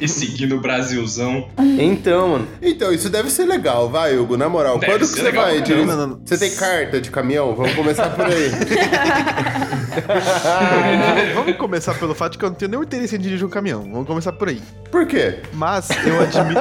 [SPEAKER 5] e seguindo o Brasilzão.
[SPEAKER 1] Então, mano.
[SPEAKER 4] Então, isso deve ser legal, vai, Hugo, na moral.
[SPEAKER 5] Deve
[SPEAKER 4] Quando que
[SPEAKER 5] ser
[SPEAKER 4] você
[SPEAKER 5] legal né?
[SPEAKER 4] vai,
[SPEAKER 5] pra
[SPEAKER 4] de...
[SPEAKER 2] caramba, não, não.
[SPEAKER 4] Você tem carta de caminhão? Vamos começar por aí.
[SPEAKER 2] Vamos- Vamos começar pelo fato de que eu não tenho nenhum interesse em dirigir um caminhão. Vamos começar por aí.
[SPEAKER 4] Por quê?
[SPEAKER 2] Mas eu admito.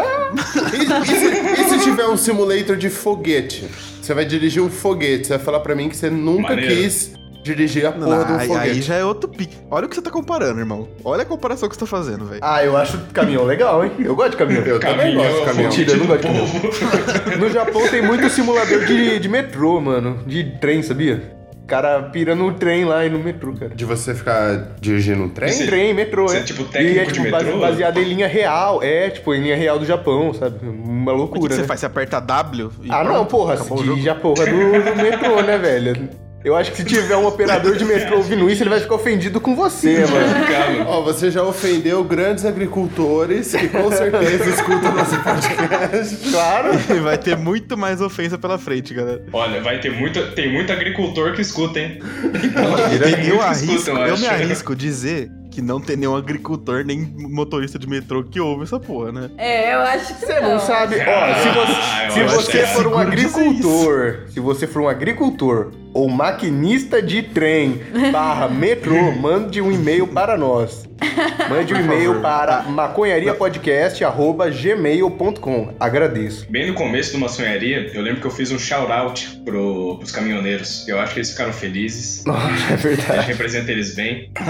[SPEAKER 4] E, e se, e se tiver um simulator de foguete? Você vai dirigir um foguete, você vai falar pra mim que você nunca
[SPEAKER 5] Maneiro.
[SPEAKER 4] quis dirigir a porra
[SPEAKER 2] Não,
[SPEAKER 4] de um
[SPEAKER 2] aí,
[SPEAKER 4] foguete.
[SPEAKER 2] aí já é outro pique. Olha o que você tá comparando, irmão. Olha a comparação que você tá fazendo, velho.
[SPEAKER 1] Ah, eu acho caminhão legal, hein? Eu gosto de caminhão.
[SPEAKER 4] Eu também gosto de caminhão.
[SPEAKER 1] Mentira, eu não
[SPEAKER 5] fudido do
[SPEAKER 1] gosto de caminhão.
[SPEAKER 5] povo.
[SPEAKER 1] No Japão tem muito simulador de, de metrô, mano. De trem, sabia? O cara pira no trem lá e no metrô, cara.
[SPEAKER 4] De você ficar dirigindo um trem?
[SPEAKER 1] Trem,
[SPEAKER 5] Esse-
[SPEAKER 1] trem, metrô,
[SPEAKER 5] esse
[SPEAKER 1] é.
[SPEAKER 5] é tipo
[SPEAKER 1] e
[SPEAKER 5] técnico
[SPEAKER 1] é
[SPEAKER 5] de
[SPEAKER 1] tipo base-
[SPEAKER 5] metrô?
[SPEAKER 1] baseado em linha real, é, tipo, em linha real do Japão, sabe? Uma
[SPEAKER 2] O é que que
[SPEAKER 1] loucura,
[SPEAKER 2] você
[SPEAKER 1] né?
[SPEAKER 2] faz? Você aperta W e.
[SPEAKER 1] Ah, não,
[SPEAKER 2] pronto,
[SPEAKER 1] porra, se
[SPEAKER 2] acabou o jogo?
[SPEAKER 1] dirige a porra do, do metrô, né, velho? Eu acho que se tiver um operador de metrô ouvindo isso, ele vai ficar ofendido com você, mano.
[SPEAKER 5] Calma.
[SPEAKER 4] Ó, você já ofendeu grandes agricultores que com certeza escutam nosso podcast.
[SPEAKER 1] Claro.
[SPEAKER 2] Vai ter muito mais ofensa pela frente, galera.
[SPEAKER 5] Olha, vai ter muito, tem muito agricultor que escuta, hein? Tem
[SPEAKER 2] Eu,
[SPEAKER 5] muitos que
[SPEAKER 2] arrisco,
[SPEAKER 5] escutam,
[SPEAKER 2] eu me
[SPEAKER 5] então, acho.
[SPEAKER 2] arrisco dizer que não tem nenhum agricultor nem motorista de metrô que ouve essa porra, né?
[SPEAKER 3] É, eu acho que
[SPEAKER 1] Você não sabe. Ó,
[SPEAKER 5] Ah,
[SPEAKER 1] se
[SPEAKER 5] eu
[SPEAKER 1] você, se
[SPEAKER 5] acho que
[SPEAKER 1] você
[SPEAKER 5] é
[SPEAKER 1] for um
[SPEAKER 2] seguro dizer
[SPEAKER 1] agricultor, se você for um agricultor ou maquinista de trem barra metrô, mande um e-mail para nós. Mande um e-mail para maconhariapodcast.gmail.com. Agradeço.
[SPEAKER 5] Bem no começo do maçonharia, eu lembro que eu fiz um shout-out pro, pros caminhoneiros. Eu acho que eles ficaram felizes.
[SPEAKER 1] Nossa, é
[SPEAKER 5] A
[SPEAKER 1] verdade.
[SPEAKER 5] gente representa eles bem.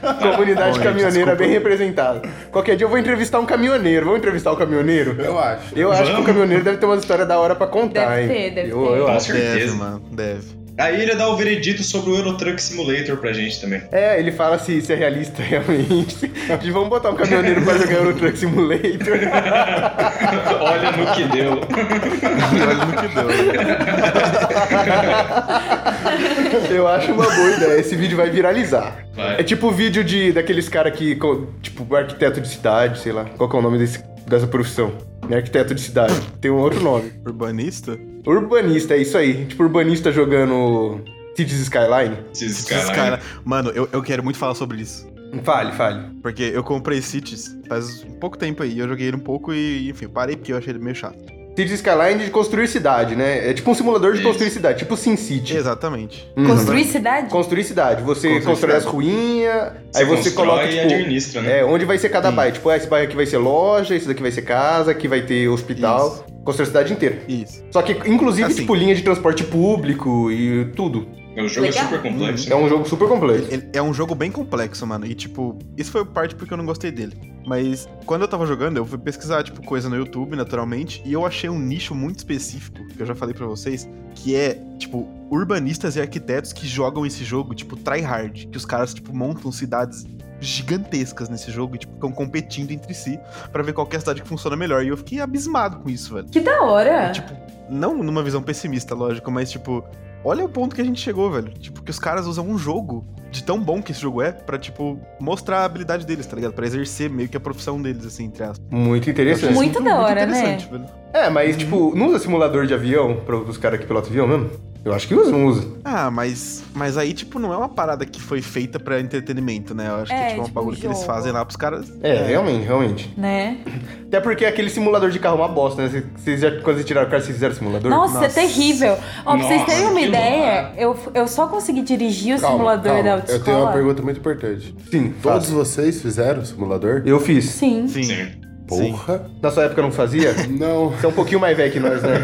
[SPEAKER 1] Comunidade
[SPEAKER 2] Olha,
[SPEAKER 1] caminhoneira
[SPEAKER 2] desculpa.
[SPEAKER 1] bem representada. Qualquer dia eu vou entrevistar um caminhoneiro. Vamos entrevistar o caminhoneiro?
[SPEAKER 4] Eu acho.
[SPEAKER 1] Eu acho que o caminhoneiro deve ter uma história da hora pra contar,
[SPEAKER 3] Deve
[SPEAKER 1] hein?
[SPEAKER 3] ter, deve
[SPEAKER 1] eu,
[SPEAKER 3] ter.
[SPEAKER 1] eu
[SPEAKER 5] Com
[SPEAKER 1] acho.
[SPEAKER 2] Deve,
[SPEAKER 5] certeza.
[SPEAKER 2] mano, deve.
[SPEAKER 5] Aí ele dá o veredito sobre o Eurotruck Simulator pra gente também.
[SPEAKER 1] É, ele fala se isso é realista realmente. De vamos botar um caminhoneiro pra jogar no Truck Simulator.
[SPEAKER 5] Olha no que deu.
[SPEAKER 2] E olha no que deu. né?
[SPEAKER 1] Eu acho uma boa ideia. Esse vídeo vai viralizar.
[SPEAKER 5] Vai.
[SPEAKER 1] É tipo o vídeo de, daqueles caras que. co- Tipo, arquiteto de cidade, sei lá. Qual que é o nome desse, dessa profissão? Não é Arquiteto de cidade. Tem um outro nome.
[SPEAKER 2] Urbanista?
[SPEAKER 1] Urbanista, é isso aí. Tipo, urbanista jogando Cities Skyline.
[SPEAKER 5] Esses
[SPEAKER 2] Esses
[SPEAKER 5] caras.
[SPEAKER 2] cara... Mano, eu, eu quero muito falar sobre isso.
[SPEAKER 1] Fale, fale.
[SPEAKER 2] Porque eu comprei Cities faz um pouco tempo aí. Eu joguei ele um pouco e, enfim, parei porque eu achei ele meio chato.
[SPEAKER 1] Cities Skyline de construir cidade, né? É tipo um simulador de
[SPEAKER 5] Isso.
[SPEAKER 1] construir cidade, tipo SimCity.
[SPEAKER 2] Exatamente.
[SPEAKER 1] Uhum.
[SPEAKER 3] Construir cidade?
[SPEAKER 1] Construir cidade. Você
[SPEAKER 2] Construir
[SPEAKER 1] constrói
[SPEAKER 2] cidade.
[SPEAKER 1] as ruinhas, aí você
[SPEAKER 5] constrói
[SPEAKER 1] coloca,
[SPEAKER 5] e
[SPEAKER 1] tipo...
[SPEAKER 5] administra, né?
[SPEAKER 1] É, onde vai ser cada bairro. Tipo, ah, esse bairro aqui vai ser loja, esse daqui vai ser casa, aqui vai ter hospital.
[SPEAKER 2] Isso.
[SPEAKER 1] Constrói a cidade inteira.
[SPEAKER 2] Isso.
[SPEAKER 1] Só que, inclusive,
[SPEAKER 2] Assim.
[SPEAKER 1] tipo, linha de transporte público e tudo.
[SPEAKER 5] O jogo
[SPEAKER 3] Legal.
[SPEAKER 5] é super complexo.
[SPEAKER 1] É um jogo super complexo.
[SPEAKER 2] Ele é um jogo bem complexo, mano. E, tipo, isso foi parte porque eu não gostei dele. Mas quando eu tava jogando, eu fui pesquisar, tipo, coisa no YouTube, naturalmente. E eu achei um nicho muito específico, que eu já falei pra vocês, que é, tipo, urbanistas e arquitetos que jogam esse jogo, tipo, tryhard. Que os caras, tipo, montam cidades gigantescas nesse jogo e, tipo, ficam competindo entre si pra ver qual que é a cidade que funciona melhor. E eu fiquei abismado com isso, velho.
[SPEAKER 3] Que da
[SPEAKER 4] É
[SPEAKER 3] hora.
[SPEAKER 2] Tipo, não numa visão pessimista, lógico, mas tipo, olha o ponto que a gente chegou, velho. Tipo, que os caras usam um jogo de tão bom que esse jogo é pra, tipo, mostrar a habilidade deles, tá ligado? Pra exercer meio que a profissão deles, assim, entre aspas.
[SPEAKER 1] Muito interessante.
[SPEAKER 3] Muito da hora, né?
[SPEAKER 2] né? Velho.
[SPEAKER 1] É, mas, tipo, não usa simulador de avião pra os caras que pilotam avião mesmo? Eu acho que usa, não usa.
[SPEAKER 2] Ah, mas, mas aí, tipo, não é uma parada que foi feita pra entretenimento, né? Eu acho que
[SPEAKER 3] É,
[SPEAKER 2] é, tipo, é um
[SPEAKER 3] tipo,
[SPEAKER 2] bagulho
[SPEAKER 3] um
[SPEAKER 2] que eles
[SPEAKER 3] jogo.
[SPEAKER 2] fazem lá pros caras.
[SPEAKER 1] É, realmente, realmente.
[SPEAKER 3] Né?
[SPEAKER 1] Até porque aquele simulador de carro é uma bosta, né? Vocês já, quando vocês tiraram o carro, vocês fizeram simulador?
[SPEAKER 3] Nossa, é terrível. Ó, pra vocês
[SPEAKER 5] Nossa,
[SPEAKER 3] terem uma
[SPEAKER 5] que
[SPEAKER 3] ideia, eu, eu só consegui dirigir o
[SPEAKER 4] Calma,
[SPEAKER 3] simulador
[SPEAKER 4] calma.
[SPEAKER 3] da
[SPEAKER 4] Eu
[SPEAKER 3] autoescola.
[SPEAKER 4] tenho uma pergunta muito importante.
[SPEAKER 1] Sim,
[SPEAKER 4] Todos
[SPEAKER 1] faço.
[SPEAKER 4] vocês fizeram simulador?
[SPEAKER 1] Eu fiz.
[SPEAKER 3] Sim.
[SPEAKER 2] Sim.
[SPEAKER 5] Sim.
[SPEAKER 4] Porra.
[SPEAKER 1] Na sua época eu não fazia?
[SPEAKER 4] Não.
[SPEAKER 1] Você é um pouquinho mais velho que nós, né?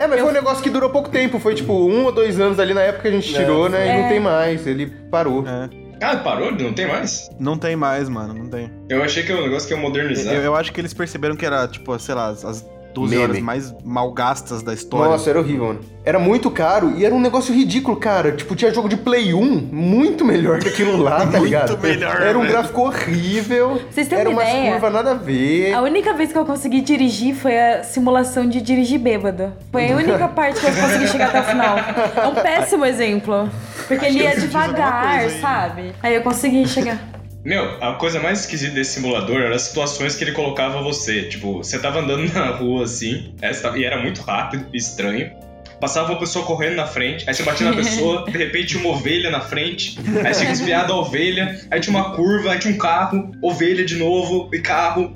[SPEAKER 1] É, mas foi um negócio que durou pouco tempo. Foi tipo um ou dois anos ali na época que a gente tirou, né? E não
[SPEAKER 3] É.
[SPEAKER 1] tem mais. Ele parou.
[SPEAKER 2] É.
[SPEAKER 5] Ah, parou? Não tem mais?
[SPEAKER 2] Não tem mais, mano, não tem.
[SPEAKER 5] Eu achei que era um negócio que ia
[SPEAKER 2] Eu,
[SPEAKER 5] modernizar.
[SPEAKER 2] eu acho que eles perceberam que era, tipo, sei lá, as, as 12
[SPEAKER 4] Meme.
[SPEAKER 2] horas mais malgastas da história.
[SPEAKER 1] Nossa, era horrível, mano. Era muito caro e era um negócio ridículo, cara. Tipo, tinha jogo de Play 1 muito melhor que aquilo lá, tá
[SPEAKER 2] Muito
[SPEAKER 1] ligado?
[SPEAKER 2] melhor,
[SPEAKER 1] Era um
[SPEAKER 2] velho.
[SPEAKER 1] gráfico horrível.
[SPEAKER 3] Vocês têm
[SPEAKER 1] era
[SPEAKER 3] uma
[SPEAKER 1] umas
[SPEAKER 3] ideia? Ah,
[SPEAKER 1] curvas nada a ver.
[SPEAKER 3] A única vez que eu consegui dirigir foi a simulação de dirigir bêbado. Foi a única parte que eu consegui chegar até o final. É um péssimo exemplo. Porque ele ia
[SPEAKER 2] isso diz alguma coisa
[SPEAKER 3] devagar,
[SPEAKER 2] aí.
[SPEAKER 3] sabe? Aí eu consegui chegar.
[SPEAKER 5] Meu, a coisa mais esquisita desse simulador era as situações que ele colocava você. Tipo, você tava andando na rua assim, aí você tava- e era muito rápido e estranho. Passava uma pessoa correndo na frente, aí você batia na pessoa, de repente tinha uma ovelha na frente, aí você tinha desviado a ovelha, aí tinha uma curva, aí tinha um carro, ovelha de novo e carro.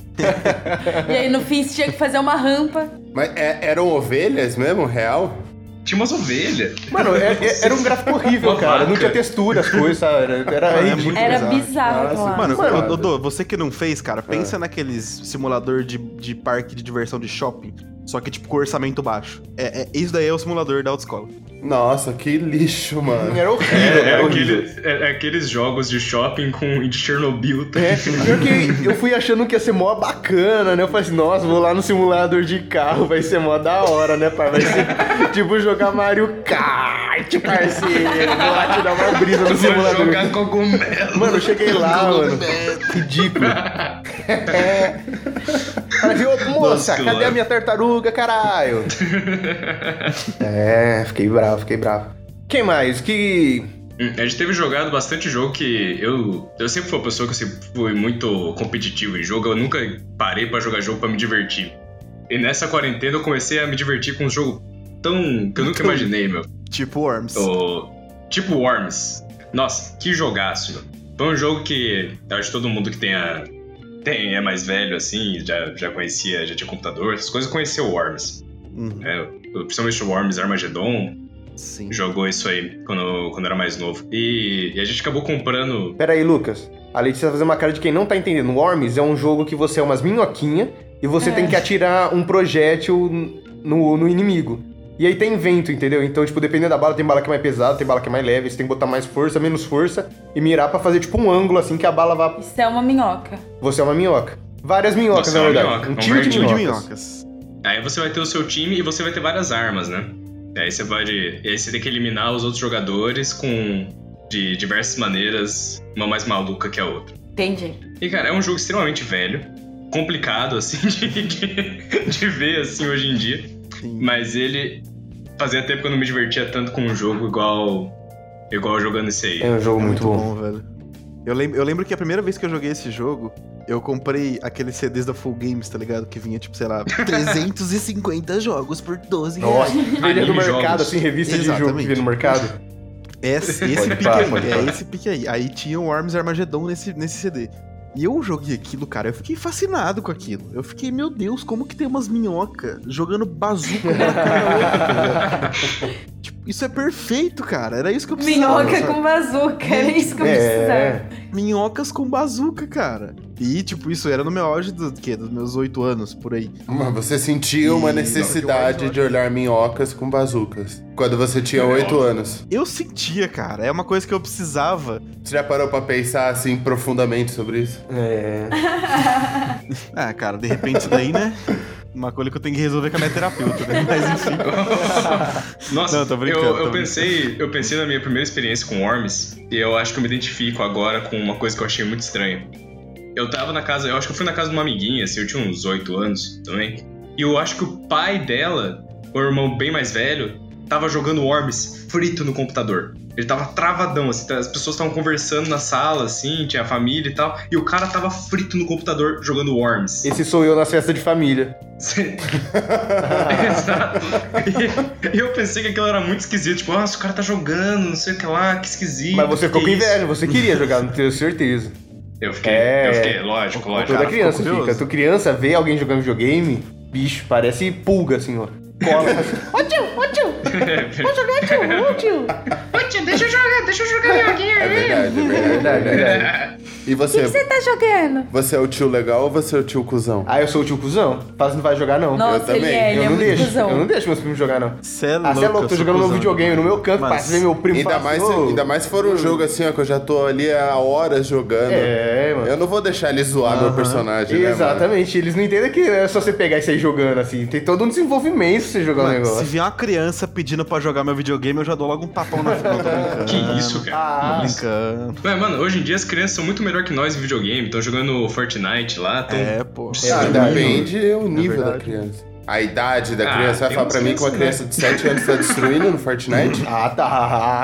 [SPEAKER 3] E aí no fim você tinha que fazer uma rampa.
[SPEAKER 4] Mas é- eram ovelhas mesmo, real?
[SPEAKER 5] Tinha umas ovelhas.
[SPEAKER 1] Mano, é- é- era um gráfico horrível,
[SPEAKER 5] Uma
[SPEAKER 1] cara. Não
[SPEAKER 5] vaca.
[SPEAKER 1] tinha textura, as coisas, sabe? Era, era
[SPEAKER 2] É
[SPEAKER 1] ridículo.
[SPEAKER 2] muito
[SPEAKER 3] Era
[SPEAKER 2] bizarro.
[SPEAKER 3] bizarro,
[SPEAKER 1] Nossa,
[SPEAKER 3] claro.
[SPEAKER 2] Mano,
[SPEAKER 1] Mano, É.
[SPEAKER 2] ô, Dodô, você que não fez, cara, pensa naqueles simulador de, de parque de diversão de shopping, só que tipo com orçamento baixo. É, é- isso daí é o simulador da autoescola.
[SPEAKER 4] Nossa, que lixo, mano.
[SPEAKER 1] Era horrível,
[SPEAKER 5] É,
[SPEAKER 1] era horrível.
[SPEAKER 5] aquele, é, é aqueles jogos de shopping com de Chernobyl. Tá?
[SPEAKER 1] É, pior que eu fui achando que ia ser mó bacana, né? Eu falei assim, nossa, vou lá no simulador de carro, vai ser mó da hora, né, pai? Vai ser tipo jogar Mario Kart, parceiro. Vou lá te dar uma brisa no
[SPEAKER 5] Vou
[SPEAKER 1] simulador.
[SPEAKER 5] jogar cogumelo.
[SPEAKER 1] Mano, eu cheguei lá, mano. Ridículo. É. Ela viu, "Ô, moça,
[SPEAKER 5] Nossa, que
[SPEAKER 1] cadê a
[SPEAKER 5] louco.
[SPEAKER 1] minha tartaruga, caralho? é, fiquei bravo, fiquei bravo. Quem mais? Que.
[SPEAKER 5] Hum, A gente teve jogado bastante jogo que eu. Eu sempre fui uma pessoa que eu sempre fui muito competitivo em jogo, eu nunca parei pra jogar jogo pra me divertir. E nessa quarentena eu comecei a me divertir com um jogo tão. que eu nunca imaginei, meu.
[SPEAKER 2] Tipo Worms.
[SPEAKER 5] O- tipo Worms. Nossa, que jogaço, meu. Foi um jogo que eu acho que todo mundo que tenha. Tem, é mais velho assim, já, já conhecia, já tinha computador, essas coisas, conheceu Worms.
[SPEAKER 2] Hum,
[SPEAKER 5] né? Principalmente o Worms Armageddon,
[SPEAKER 2] sim.
[SPEAKER 5] jogou isso aí quando, quando era mais novo. E, e a gente acabou comprando.
[SPEAKER 1] Pera aí, Lucas. A Letícia vai fazer uma cara de quem não tá entendendo. Worms é um jogo que você é umas minhoquinha e você
[SPEAKER 3] É.
[SPEAKER 1] tem que atirar um projétil no, no inimigo. E aí tem vento, entendeu? Então, tipo, dependendo da bala, tem bala que é mais pesada, tem bala que é mais leve, você tem que botar mais força, menos força e mirar pra fazer tipo um ângulo assim que a bala vá.
[SPEAKER 3] Isso é uma minhoca.
[SPEAKER 1] Você é uma minhoca. Várias minhocas,
[SPEAKER 5] Você é
[SPEAKER 1] na
[SPEAKER 5] uma
[SPEAKER 1] verdade.
[SPEAKER 5] minhoca,
[SPEAKER 1] um
[SPEAKER 5] um
[SPEAKER 1] time de
[SPEAKER 5] grande
[SPEAKER 2] Time Tipo, de
[SPEAKER 1] minhocas.
[SPEAKER 2] minhocas.
[SPEAKER 5] Aí você vai ter o seu time e você vai ter várias armas, né? E aí você pode. E aí você tem que eliminar os outros jogadores com. De diversas maneiras, uma mais maluca que a outra.
[SPEAKER 3] Entendi.
[SPEAKER 5] E, cara, é um jogo extremamente velho, complicado, assim, de, de, de ver, assim, hoje em dia.
[SPEAKER 2] Sim.
[SPEAKER 5] Mas ele. Fazia tempo que eu não me divertia tanto com um jogo igual. igual jogando esse aí.
[SPEAKER 1] É um jogo
[SPEAKER 2] É
[SPEAKER 1] muito, bom.
[SPEAKER 2] velho. Eu lembro, eu lembro que a primeira vez que eu joguei esse jogo, eu comprei aqueles CDs da Full Games, tá ligado? Que vinha, tipo, sei lá, 350 jogos por 12 reais.
[SPEAKER 1] Nossa, ele é do
[SPEAKER 5] Anime
[SPEAKER 1] mercado,
[SPEAKER 5] jogos.
[SPEAKER 1] assim, revista de jogo que
[SPEAKER 2] Exatamente.
[SPEAKER 1] vem no mercado.
[SPEAKER 2] Esse,
[SPEAKER 1] Pode
[SPEAKER 2] esse pique
[SPEAKER 1] pá, pode
[SPEAKER 2] aí,
[SPEAKER 1] pá.
[SPEAKER 2] é esse pique aí. Aí tinha o Arms Armageddon nesse, nesse CD. E eu joguei aquilo, cara, eu fiquei fascinado com aquilo. Eu fiquei, meu Deus, como que tem umas minhoca jogando bazuca uma na cara da outra, tá ligado? Tipo, isso é perfeito, cara. Era isso que eu precisava.
[SPEAKER 3] Minhoca
[SPEAKER 2] sabe?
[SPEAKER 3] com bazuca, era isso que eu
[SPEAKER 1] É.
[SPEAKER 3] precisava.
[SPEAKER 2] Minhocas com bazuca, cara. E, tipo, isso era no meu auge do quê? Dos meus oito anos, por aí.
[SPEAKER 4] Mas você sentia uma
[SPEAKER 2] Ih,
[SPEAKER 4] necessidade de olhar minhocas com bazucas. Quando você
[SPEAKER 1] É.
[SPEAKER 4] tinha oito anos.
[SPEAKER 2] Eu sentia, cara. É uma coisa que eu precisava.
[SPEAKER 4] Você já parou pra pensar assim profundamente sobre isso?
[SPEAKER 1] É.
[SPEAKER 2] Ah, cara, de repente isso daí, né? Uma coisa que eu tenho que resolver com a minha terapeuta, né? Mas enfim.
[SPEAKER 5] Nossa,
[SPEAKER 2] Não, tô brincando,
[SPEAKER 5] eu, eu
[SPEAKER 2] tô brincando.
[SPEAKER 5] pensei, eu pensei na minha primeira experiência com Worms e eu acho que eu me identifico agora com uma coisa que eu achei muito estranha. Eu tava na casa, eu acho que eu fui na casa de uma amiguinha, assim, eu tinha uns 8 anos também. E eu acho que o pai dela, o irmão bem mais velho, tava jogando Worms frito no computador. Ele tava travadão, assim, tá- as pessoas estavam conversando na sala, assim, tinha a família e tal, e o cara tava frito no computador jogando Worms.
[SPEAKER 1] Esse sou eu nas festas de família.
[SPEAKER 5] Exato. E, e eu pensei que aquilo era muito esquisito. Tipo, nossa, o cara tá jogando, não sei o que lá, que esquisito.
[SPEAKER 1] Mas você ficou
[SPEAKER 5] que
[SPEAKER 1] com
[SPEAKER 5] isso."
[SPEAKER 1] inveja, você queria jogar, não tenho certeza.
[SPEAKER 5] Eu fiquei,
[SPEAKER 1] É.
[SPEAKER 5] eu fiquei, lógico, lógico.
[SPEAKER 1] Toda
[SPEAKER 2] cara,
[SPEAKER 1] criança
[SPEAKER 2] ficou
[SPEAKER 1] fica.
[SPEAKER 2] curioso.
[SPEAKER 1] Tu criança vê alguém jogando videogame, bicho, parece pulga, assim, ó. Cola. Ô tio, ô tio, vamos jogar, tio, ô tio.
[SPEAKER 4] É verdade, é verdade.
[SPEAKER 1] É verdade, é verdade.
[SPEAKER 4] E
[SPEAKER 3] O que
[SPEAKER 4] você?
[SPEAKER 3] que você tá jogando?
[SPEAKER 4] Você é o tio legal ou você é o tio cuzão?
[SPEAKER 1] Ah, eu sou o tio cuzão? Faz não vai jogar, não.
[SPEAKER 3] Nossa, ele
[SPEAKER 4] também.
[SPEAKER 1] eu
[SPEAKER 3] é,
[SPEAKER 4] Eu
[SPEAKER 3] ele é
[SPEAKER 1] não
[SPEAKER 3] muito
[SPEAKER 1] deixo. Eu não
[SPEAKER 3] cuzão.
[SPEAKER 1] deixo meus primos jogar, não.
[SPEAKER 2] Cê é
[SPEAKER 1] Ah, você é louco, tô
[SPEAKER 2] eu sou
[SPEAKER 1] jogando meu
[SPEAKER 2] cuzão.
[SPEAKER 1] videogame no meu canto,
[SPEAKER 2] Mas-
[SPEAKER 1] parceiro. Vem meu primo
[SPEAKER 4] Ainda
[SPEAKER 1] fala
[SPEAKER 4] mais,
[SPEAKER 1] assim,
[SPEAKER 4] se,
[SPEAKER 1] "Ô,
[SPEAKER 4] ainda mais se for um jogo assim, ó, que eu já tô ali há horas jogando.
[SPEAKER 1] É, mano.
[SPEAKER 4] Eu não vou deixar ele zoar meu
[SPEAKER 2] Aham.
[SPEAKER 4] personagem, né, mano?
[SPEAKER 1] Exatamente, eles não entendem que é só você pegar e sair jogando assim. Tem todo um desenvolvimento pra você jogar o
[SPEAKER 2] Mano,
[SPEAKER 1] negócio.
[SPEAKER 2] se vier uma criança pedindo pra jogar meu videogame, eu já dou logo um papão na frente.
[SPEAKER 5] Que isso, cara.
[SPEAKER 1] Ah,
[SPEAKER 5] Não, isso-
[SPEAKER 2] Brincando.
[SPEAKER 5] Ué, mano, hoje em dia as crianças são muito melhor que nós em videogame, estão jogando Fortnite lá, tão...
[SPEAKER 2] É, pô.
[SPEAKER 5] Pss,
[SPEAKER 4] Ah,
[SPEAKER 1] É verdade.
[SPEAKER 4] depende o nível da
[SPEAKER 1] verdade.
[SPEAKER 4] criança. A idade da
[SPEAKER 5] Ah,
[SPEAKER 4] criança.
[SPEAKER 5] tem
[SPEAKER 4] Vai
[SPEAKER 5] né?
[SPEAKER 4] falar
[SPEAKER 5] uns
[SPEAKER 4] pra mim que uma
[SPEAKER 5] crianças,
[SPEAKER 4] criança de 7 anos tá destruindo no Fortnite?
[SPEAKER 1] ah, tá,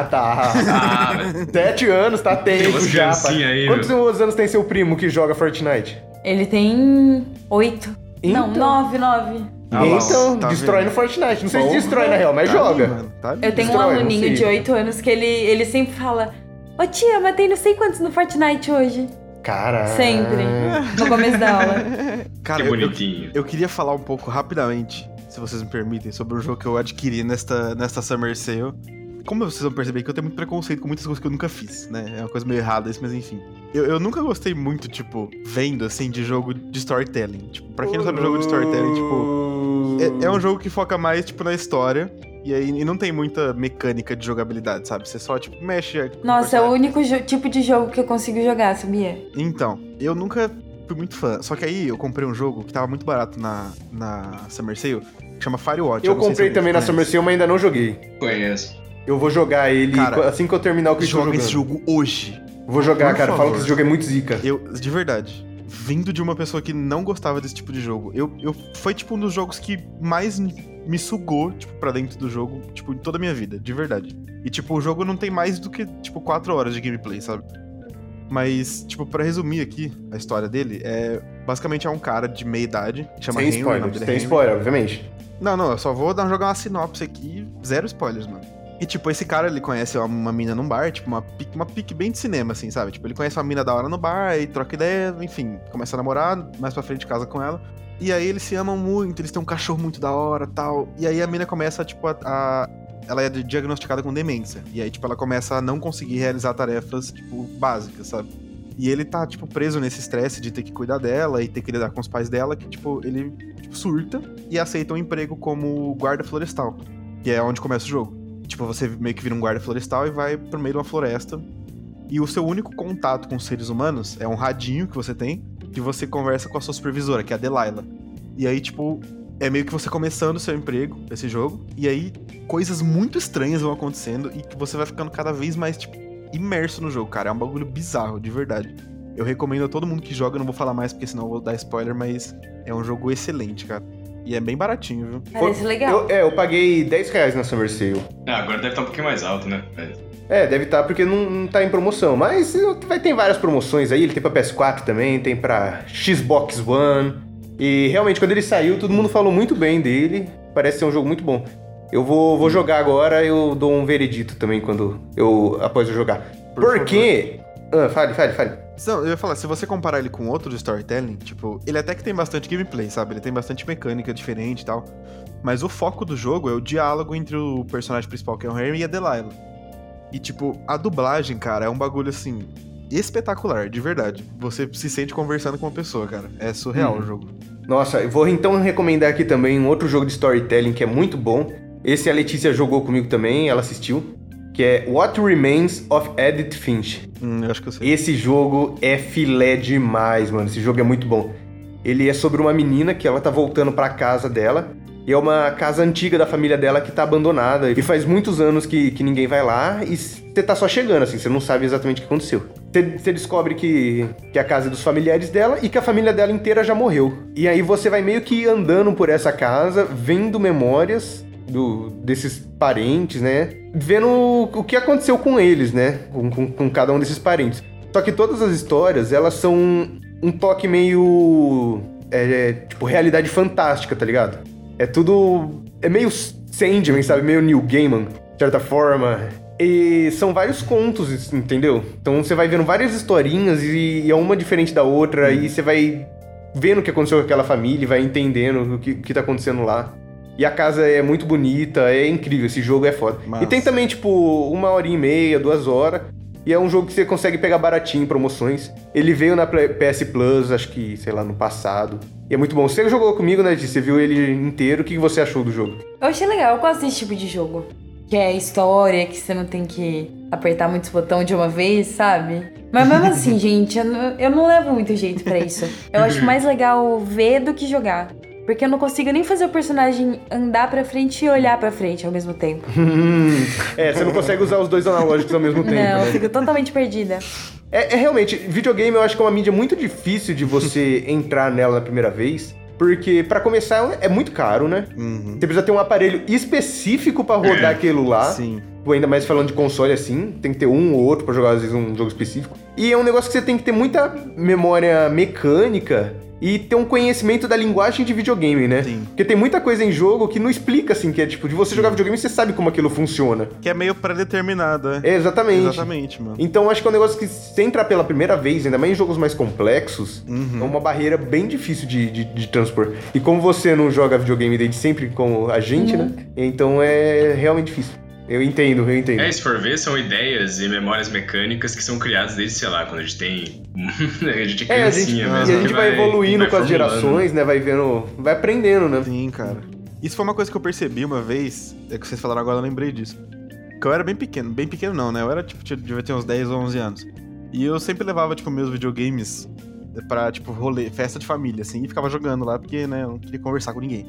[SPEAKER 1] ah, tá.
[SPEAKER 5] Ah, velho.
[SPEAKER 1] Sete anos, tá
[SPEAKER 5] Tem
[SPEAKER 1] tempo
[SPEAKER 5] umas
[SPEAKER 1] já. pá.
[SPEAKER 5] criancinhas aí,
[SPEAKER 1] Quantos anos tem seu primo que joga Fortnite?
[SPEAKER 3] Ele tem oito. Não,
[SPEAKER 1] Então.
[SPEAKER 3] nove, nove.
[SPEAKER 2] Ah, lá, ó,
[SPEAKER 1] então,
[SPEAKER 2] tá
[SPEAKER 1] destrói
[SPEAKER 2] vendo?
[SPEAKER 1] no Fortnite. Não sei se
[SPEAKER 2] Porra,
[SPEAKER 1] destrói na real, mas
[SPEAKER 2] Tá
[SPEAKER 1] joga.
[SPEAKER 2] ali, mano, tá ali.
[SPEAKER 3] Eu tenho
[SPEAKER 1] Destrói,
[SPEAKER 3] um
[SPEAKER 1] não
[SPEAKER 3] aluninho
[SPEAKER 1] sei.
[SPEAKER 3] de 8 anos que ele, ele sempre fala: Ô tia, matei não sei quantos no Fortnite hoje.
[SPEAKER 1] Cara.
[SPEAKER 3] Sempre. No começo da aula.
[SPEAKER 2] Cara,
[SPEAKER 5] Que
[SPEAKER 2] eu- eu,
[SPEAKER 5] bonitinho.
[SPEAKER 2] eu queria falar um pouco rapidamente, se vocês me permitem, sobre um jogo que eu adquiri nesta, nesta Summer Sale. Como vocês vão perceber que eu tenho muito preconceito com muitas coisas que eu nunca fiz, né? É uma coisa meio errada isso, mas enfim. Eu, eu nunca gostei muito, tipo, vendo, assim, de jogo de storytelling. Tipo, pra quem não sabe, jogo de storytelling, tipo... É, é um jogo que foca mais, tipo, na história. E aí e não tem muita mecânica de jogabilidade, sabe? Você só, tipo, mexe. com o
[SPEAKER 3] Nossa, é o
[SPEAKER 2] personagem.
[SPEAKER 3] único jo- tipo de jogo que eu consigo jogar, sabia?
[SPEAKER 2] Então, eu nunca fui muito fã. Só que aí eu comprei um jogo que tava muito barato na, na Summer Sale, que chama Firewatch.
[SPEAKER 1] Eu
[SPEAKER 2] não sei se é
[SPEAKER 1] comprei
[SPEAKER 2] alguém
[SPEAKER 1] também na
[SPEAKER 2] conhece.
[SPEAKER 1] Summer Sale, mas ainda não joguei.
[SPEAKER 5] Conheço.
[SPEAKER 1] Eu vou jogar ele
[SPEAKER 2] Cara,
[SPEAKER 1] assim que eu terminar o que eu estou
[SPEAKER 2] Joga
[SPEAKER 1] jogando.
[SPEAKER 2] esse jogo hoje.
[SPEAKER 1] Vou jogar,
[SPEAKER 2] Por
[SPEAKER 1] cara. Falo
[SPEAKER 2] favor.
[SPEAKER 1] que esse jogo é muito zica.
[SPEAKER 2] Eu, de verdade, vindo de uma pessoa que não gostava desse tipo de jogo, eu, eu foi tipo um dos jogos que mais me sugou, tipo, pra dentro do jogo, tipo, em toda a minha vida, de verdade. E tipo, o jogo não tem mais do que, tipo, 4 horas de gameplay, sabe? Mas, tipo, pra resumir aqui a história dele, é basicamente é um cara de meia idade, que chama
[SPEAKER 4] Sem
[SPEAKER 2] Henry, o nome
[SPEAKER 4] spoilers,
[SPEAKER 2] dele é
[SPEAKER 1] Tem
[SPEAKER 2] Henry.
[SPEAKER 1] spoiler, obviamente.
[SPEAKER 2] Não, não, eu só vou dar, jogar uma sinopse aqui, zero spoilers, mano. E, tipo, esse cara, ele conhece uma, uma mina num bar, tipo, uma pique, uma pique bem de cinema, assim, sabe? Tipo, ele conhece uma mina da hora no bar, e troca ideia, enfim, começa a namorar, mais pra frente casa com ela. E aí eles se amam muito, eles têm um cachorro muito da hora tal. E aí a mina começa, tipo, a. a- ela é diagnosticada com demência. E aí, tipo, ela começa a não conseguir realizar tarefas, tipo, básicas, sabe? E ele tá, tipo, preso nesse estresse de ter que cuidar dela e ter que lidar com os pais dela, que, tipo, ele tipo, surta e aceita um emprego como guarda florestal, que é onde começa o jogo. Tipo, você meio que vira um guarda florestal e vai pro meio de uma floresta. E o seu único contato com os seres humanos é um radinho que você tem, que você conversa com a sua supervisora, que é a Delilah. E aí, tipo, é meio que você começando o seu emprego, esse jogo, e aí coisas muito estranhas vão acontecendo e que você vai ficando cada vez mais, tipo, imerso no jogo, cara. É um bagulho bizarro, de verdade. Eu recomendo a todo mundo que joga, eu não vou falar mais porque senão eu vou dar spoiler, mas é um jogo excelente, cara. E é bem baratinho, viu?
[SPEAKER 3] Parece legal.
[SPEAKER 1] Eu- é, eu paguei 10 reais na Summer Sale.
[SPEAKER 5] Ah, agora deve estar um pouquinho mais alto, né? Mas-
[SPEAKER 1] É, deve estar porque não, não tá em promoção, mas vai ter várias promoções aí, ele tem pra PS4 também, tem pra Xbox One. E realmente quando ele saiu, todo mundo falou muito bem dele. Parece ser um jogo muito bom. Eu vou, vou jogar agora, eu dou um veredito também quando eu após eu jogar.
[SPEAKER 2] Por
[SPEAKER 1] porque ah, fale, fale, fale.
[SPEAKER 2] Não, eu ia falar, se você comparar ele com outro de storytelling, tipo, ele até que tem bastante gameplay, sabe? Ele tem bastante mecânica diferente e tal. Mas o foco do jogo é o diálogo entre o personagem principal, que é o Harry, e a Delilah. E, tipo, a dublagem, cara, é um bagulho assim. Espetacular, de verdade. Você se sente conversando com uma pessoa, cara. É surreal
[SPEAKER 1] Hum.
[SPEAKER 2] o jogo.
[SPEAKER 1] Nossa, eu vou então recomendar aqui também um outro jogo de storytelling que é muito bom. Esse a Letícia jogou comigo também, ela assistiu, que é What Remains of Edith Finch.
[SPEAKER 2] Hum, eu acho que eu sei.
[SPEAKER 1] Esse jogo é filé demais, mano. Esse jogo é muito bom. Ele é sobre uma menina que ela tá voltando pra casa dela. E é uma casa antiga da família dela que tá abandonada. E faz muitos anos que, que ninguém vai lá. E você tá só chegando, assim. Você não sabe exatamente o que aconteceu. Você descobre que, que a casa é dos familiares dela e que a família dela inteira já morreu. E aí você vai meio que andando por essa casa, vendo memórias do, desses parentes, né? Vendo o, o que aconteceu com eles, né? Com- com, com cada um desses parentes. Só que todas as histórias, elas são um toque meio. é, é, tipo, realidade fantástica, tá ligado? É tudo. É meio Sandman, sabe? Meio New Gaiman, de certa forma. E são vários contos, entendeu? Então você vai vendo várias historinhas e, e é uma diferente da outra, e você vai vendo o que aconteceu com aquela família, e vai entendendo o que, o que tá acontecendo lá. E a casa é muito bonita, é incrível, esse jogo é foda.
[SPEAKER 2] Massa.
[SPEAKER 1] E tem também, tipo, uma hora e meia, duas horas. E é um jogo que você consegue pegar baratinho em promoções. Ele veio na Play- PS Plus, acho que, sei lá, no passado. E é muito bom. Você jogou comigo, né, Di? Você viu ele inteiro. O que você achou do jogo?
[SPEAKER 3] Eu achei legal, eu gosto desse tipo de jogo. Que é história, que você não tem que apertar muitos botões de uma vez, sabe? Mas mesmo assim, gente, eu não, eu não levo muito jeito pra isso. Eu acho mais legal ver do que jogar. Porque eu não consigo nem fazer o personagem andar pra frente e olhar pra frente ao mesmo tempo.
[SPEAKER 1] Hum, é, você não consegue usar os dois analógicos ao mesmo tempo,
[SPEAKER 3] não, eu
[SPEAKER 1] né?
[SPEAKER 3] fico totalmente perdida.
[SPEAKER 1] É, é realmente, videogame eu acho que é uma mídia muito difícil de você entrar nela na primeira vez. Porque, pra começar, é muito caro, né?
[SPEAKER 2] Uhum.
[SPEAKER 1] Você precisa ter um aparelho específico pra rodar aquilo lá.
[SPEAKER 2] É, Sim.
[SPEAKER 1] Ou ainda mais falando de console assim, tem que ter um ou outro pra jogar às vezes um jogo específico. E é um negócio que você tem que ter muita memória mecânica e ter um conhecimento da linguagem de videogame, né?
[SPEAKER 2] Sim.
[SPEAKER 1] Porque tem muita coisa em jogo que não explica assim, que é tipo, de você jogar videogame você sabe como aquilo funciona.
[SPEAKER 2] Que é meio pré-determinado, é.
[SPEAKER 1] É, exatamente.
[SPEAKER 2] Exatamente, mano.
[SPEAKER 1] Então acho que é um negócio que se entrar pela primeira vez, ainda mais em jogos mais complexos,
[SPEAKER 2] Uhum.
[SPEAKER 1] é uma barreira bem difícil de, de, de transpor. E como você não joga videogame desde sempre, como a gente, né? Então é realmente difícil. Eu entendo, eu entendo.
[SPEAKER 5] É, se for ver, são ideias e memórias mecânicas que são criadas desde, sei lá, quando a gente tem. a gente é
[SPEAKER 1] É, a gente,
[SPEAKER 5] criancinha
[SPEAKER 1] e a
[SPEAKER 5] mesmo.
[SPEAKER 1] gente
[SPEAKER 5] que
[SPEAKER 1] vai, evoluindo
[SPEAKER 5] vai
[SPEAKER 1] com as
[SPEAKER 5] formulando.
[SPEAKER 1] gerações, né? Vai vendo, vai aprendendo, né?
[SPEAKER 2] Sim, cara. Isso foi uma coisa que eu percebi uma vez, é que vocês falaram agora, eu lembrei disso. Que eu era bem pequeno, bem pequeno não, né? Eu era, tipo, tinha- devia ter uns 10 ou 11 anos. E eu sempre levava, tipo, meus videogames pra, tipo, rolê, festa de família, assim, e ficava jogando lá, porque, né, eu não queria conversar com ninguém.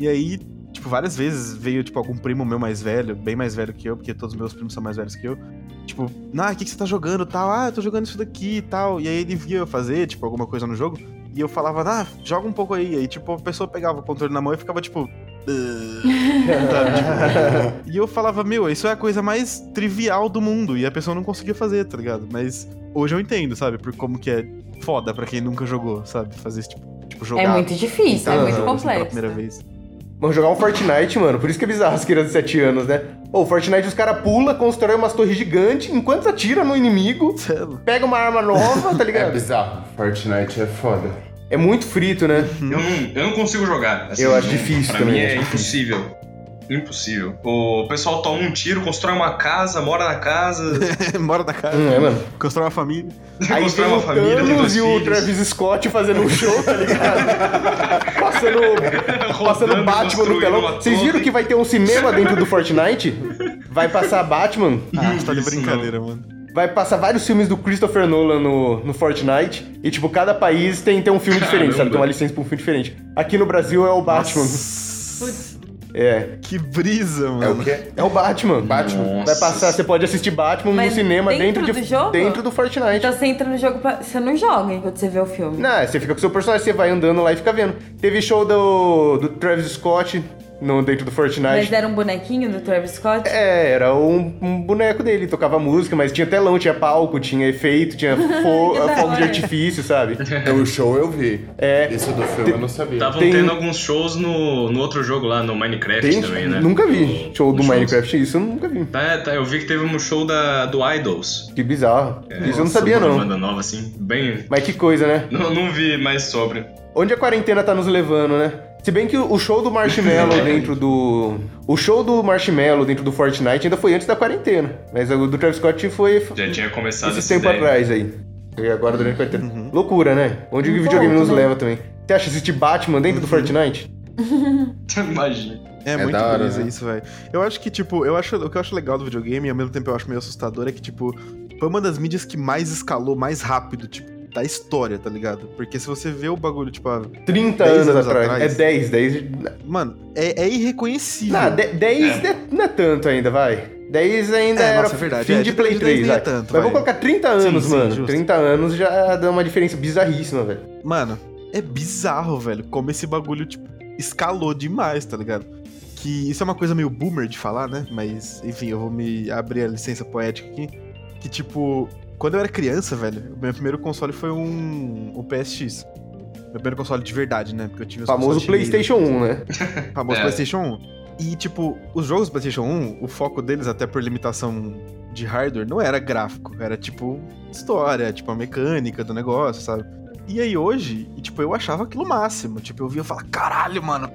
[SPEAKER 2] E aí, tipo, várias vezes veio, tipo, algum primo meu mais velho, bem mais velho que eu, porque todos os meus primos são mais velhos que eu. Tipo, ah, o que, que você tá jogando tal? Ah, eu tô jogando isso daqui e tal. E aí ele via eu fazer, tipo, alguma coisa no jogo. E eu falava, ah, joga um pouco aí. Aí, tipo, a pessoa pegava o controle na mão e ficava, tipo... "Ah", tipo, e eu falava, meu, isso é a coisa mais trivial do mundo. E a pessoa não conseguia fazer, tá ligado? Mas hoje eu entendo, sabe? Por como que é foda pra quem nunca jogou, sabe? Fazer esse tipo, tipo jogar.
[SPEAKER 3] É muito difícil,
[SPEAKER 1] Então,
[SPEAKER 3] é
[SPEAKER 1] não,
[SPEAKER 2] essa
[SPEAKER 3] muito
[SPEAKER 2] coisa pela
[SPEAKER 3] complexo. né?
[SPEAKER 2] primeira vez.
[SPEAKER 1] Mano, jogar um Fortnite, mano. Por isso que é bizarro as crianças de 7 anos, né? Ô, Fortnite os caras pula, constrói umas torres gigantes, enquanto atira no inimigo,
[SPEAKER 2] Cê é louco.
[SPEAKER 1] pega uma arma nova, tá
[SPEAKER 4] É
[SPEAKER 1] ligado?
[SPEAKER 4] bizarro. Fortnite é foda.
[SPEAKER 1] É muito frito, né?
[SPEAKER 5] Eu não, eu não consigo jogar. assim,
[SPEAKER 1] Eu acho
[SPEAKER 5] não-
[SPEAKER 1] difícil
[SPEAKER 5] pra
[SPEAKER 1] também,
[SPEAKER 5] mim é
[SPEAKER 1] acho
[SPEAKER 5] impossível. Impossível. O pessoal toma um tiro, constrói uma casa, mora na casa,
[SPEAKER 2] Mora da casa,
[SPEAKER 1] Hum, é, mano.
[SPEAKER 2] constrói uma família.
[SPEAKER 1] Aí
[SPEAKER 5] constrói
[SPEAKER 1] vem
[SPEAKER 5] uma
[SPEAKER 1] o
[SPEAKER 5] família, tem
[SPEAKER 1] Thanos
[SPEAKER 5] dois
[SPEAKER 1] e o
[SPEAKER 5] filhos.
[SPEAKER 1] Travis Scott fazendo um show, tá ligado? passando, passando
[SPEAKER 5] Rodando,
[SPEAKER 1] Batman no
[SPEAKER 5] construindo
[SPEAKER 1] telão.
[SPEAKER 5] uma
[SPEAKER 1] Vocês viram
[SPEAKER 5] torre.
[SPEAKER 1] que vai ter um cinema dentro do Fortnite? Vai passar Batman,
[SPEAKER 2] Ah, você tá de
[SPEAKER 5] Isso não.
[SPEAKER 2] brincadeira, mano.
[SPEAKER 1] vai passar vários filmes do Christopher Nolan no, no Fortnite. E, tipo, cada país tem, tem um filme diferente,
[SPEAKER 5] Caramba.
[SPEAKER 1] sabe? Tem uma licença pra um filme diferente. Aqui no Brasil é o Batman.
[SPEAKER 2] Nossa,
[SPEAKER 1] É.
[SPEAKER 2] que brisa, mano.
[SPEAKER 4] É o quê?
[SPEAKER 1] É o Batman.
[SPEAKER 4] Batman.
[SPEAKER 5] Nossa.
[SPEAKER 1] Vai passar, você pode assistir Batman
[SPEAKER 3] Mas
[SPEAKER 1] no cinema dentro,
[SPEAKER 3] dentro
[SPEAKER 1] de,
[SPEAKER 3] do jogo?
[SPEAKER 1] dentro do Fortnite.
[SPEAKER 3] Então você entra no jogo, pra... você não joga enquanto você vê o filme.
[SPEAKER 1] Não, você fica com o seu personagem, você vai andando lá e fica vendo. Teve show do, do Travis Scott no, dentro do Fortnite.
[SPEAKER 3] Mas deram um bonequinho do Travis Scott?
[SPEAKER 1] É, era um, um boneco dele, tocava música, mas tinha telão, tinha palco, tinha efeito, tinha fo-
[SPEAKER 3] Que da
[SPEAKER 1] fogo de
[SPEAKER 3] hora.
[SPEAKER 1] artifício, sabe?
[SPEAKER 4] O show eu vi.
[SPEAKER 1] É.
[SPEAKER 4] Isso do filme eu não sabia.
[SPEAKER 5] Estavam
[SPEAKER 1] Tem-
[SPEAKER 5] tendo alguns shows no, no outro jogo lá, no Minecraft
[SPEAKER 1] Tem-
[SPEAKER 5] também, né?
[SPEAKER 1] Nunca vi
[SPEAKER 5] No-
[SPEAKER 1] show do
[SPEAKER 5] nos shows.
[SPEAKER 1] Minecraft, isso eu nunca vi.
[SPEAKER 5] Tá, tá, eu vi que teve um show da, do Idols.
[SPEAKER 1] Que bizarro. isso eu não
[SPEAKER 5] É, Nossa,
[SPEAKER 1] sabia,
[SPEAKER 5] uma
[SPEAKER 1] não.
[SPEAKER 5] Banda nova, assim, bem...
[SPEAKER 1] Mas que coisa, né?
[SPEAKER 5] Não, não vi mais sobre.
[SPEAKER 1] Onde a quarentena tá nos levando, né? Se bem que o show do
[SPEAKER 5] É.
[SPEAKER 1] Marshmallow dentro do. O show do Marshmallow dentro do Fortnite ainda foi antes da quarentena. Mas o do Travis Scott foi.
[SPEAKER 5] Já tinha
[SPEAKER 2] Tá
[SPEAKER 5] começado
[SPEAKER 1] esse
[SPEAKER 5] essa
[SPEAKER 1] tempo
[SPEAKER 5] ideia.
[SPEAKER 1] atrás aí. E agora durante a quarentena.
[SPEAKER 2] Uhum.
[SPEAKER 1] Loucura, né? Onde o videogame nos leva também. Você acha assistir Batman dentro
[SPEAKER 2] Uhum.
[SPEAKER 1] do Fortnite?
[SPEAKER 5] Imagina.
[SPEAKER 2] É,
[SPEAKER 4] É
[SPEAKER 2] muito
[SPEAKER 4] da hora,
[SPEAKER 2] brisa
[SPEAKER 4] né?
[SPEAKER 2] isso, velho. Eu acho que, tipo, eu acho, o que eu acho legal do videogame e ao mesmo tempo eu acho meio assustador é que, tipo, foi uma das mídias que mais escalou, mais rápido, tipo, da história, tá ligado? Porque se você vê o bagulho, tipo, ah,
[SPEAKER 1] 30
[SPEAKER 2] 10
[SPEAKER 1] anos,
[SPEAKER 2] anos
[SPEAKER 1] atrás.
[SPEAKER 2] atrás.
[SPEAKER 1] É 10, 10.
[SPEAKER 2] mano, é, é irreconhecível.
[SPEAKER 1] Não, de- 10 é- não é tanto ainda, vai. 10 ainda
[SPEAKER 2] É,
[SPEAKER 1] era
[SPEAKER 2] nossa, é verdade.
[SPEAKER 1] fim
[SPEAKER 2] É,
[SPEAKER 1] de
[SPEAKER 2] de-
[SPEAKER 1] Play
[SPEAKER 2] de
[SPEAKER 1] 3,
[SPEAKER 2] 10
[SPEAKER 1] vai.
[SPEAKER 2] nem é tanto,
[SPEAKER 1] Mas
[SPEAKER 2] vai.
[SPEAKER 1] vou colocar 30
[SPEAKER 2] Sim,
[SPEAKER 1] anos,
[SPEAKER 2] sim,
[SPEAKER 1] mano.
[SPEAKER 2] justo.
[SPEAKER 1] 30 anos já dá uma diferença bizarríssima, velho.
[SPEAKER 2] Mano, é bizarro, velho, como esse bagulho, tipo, escalou demais, tá ligado? Que isso é uma coisa meio boomer de falar, né? Mas, enfim, eu vou me abrir a licença poética aqui. Que, tipo, quando eu era criança, velho, o meu primeiro console foi um, um PSX. Meu primeiro console de verdade, né? Porque eu tive
[SPEAKER 1] O
[SPEAKER 2] os
[SPEAKER 1] famoso
[SPEAKER 2] consoles chineses,
[SPEAKER 1] PlayStation 1, né?
[SPEAKER 2] famoso
[SPEAKER 5] É.
[SPEAKER 2] PlayStation 1. E, tipo, os jogos do PlayStation 1, o foco deles, até por limitação de hardware, não era gráfico. Era, tipo, história, tipo, a mecânica do negócio, sabe? E aí hoje, e, tipo, eu achava aquilo o máximo. Tipo, eu via e falava, caralho, mano.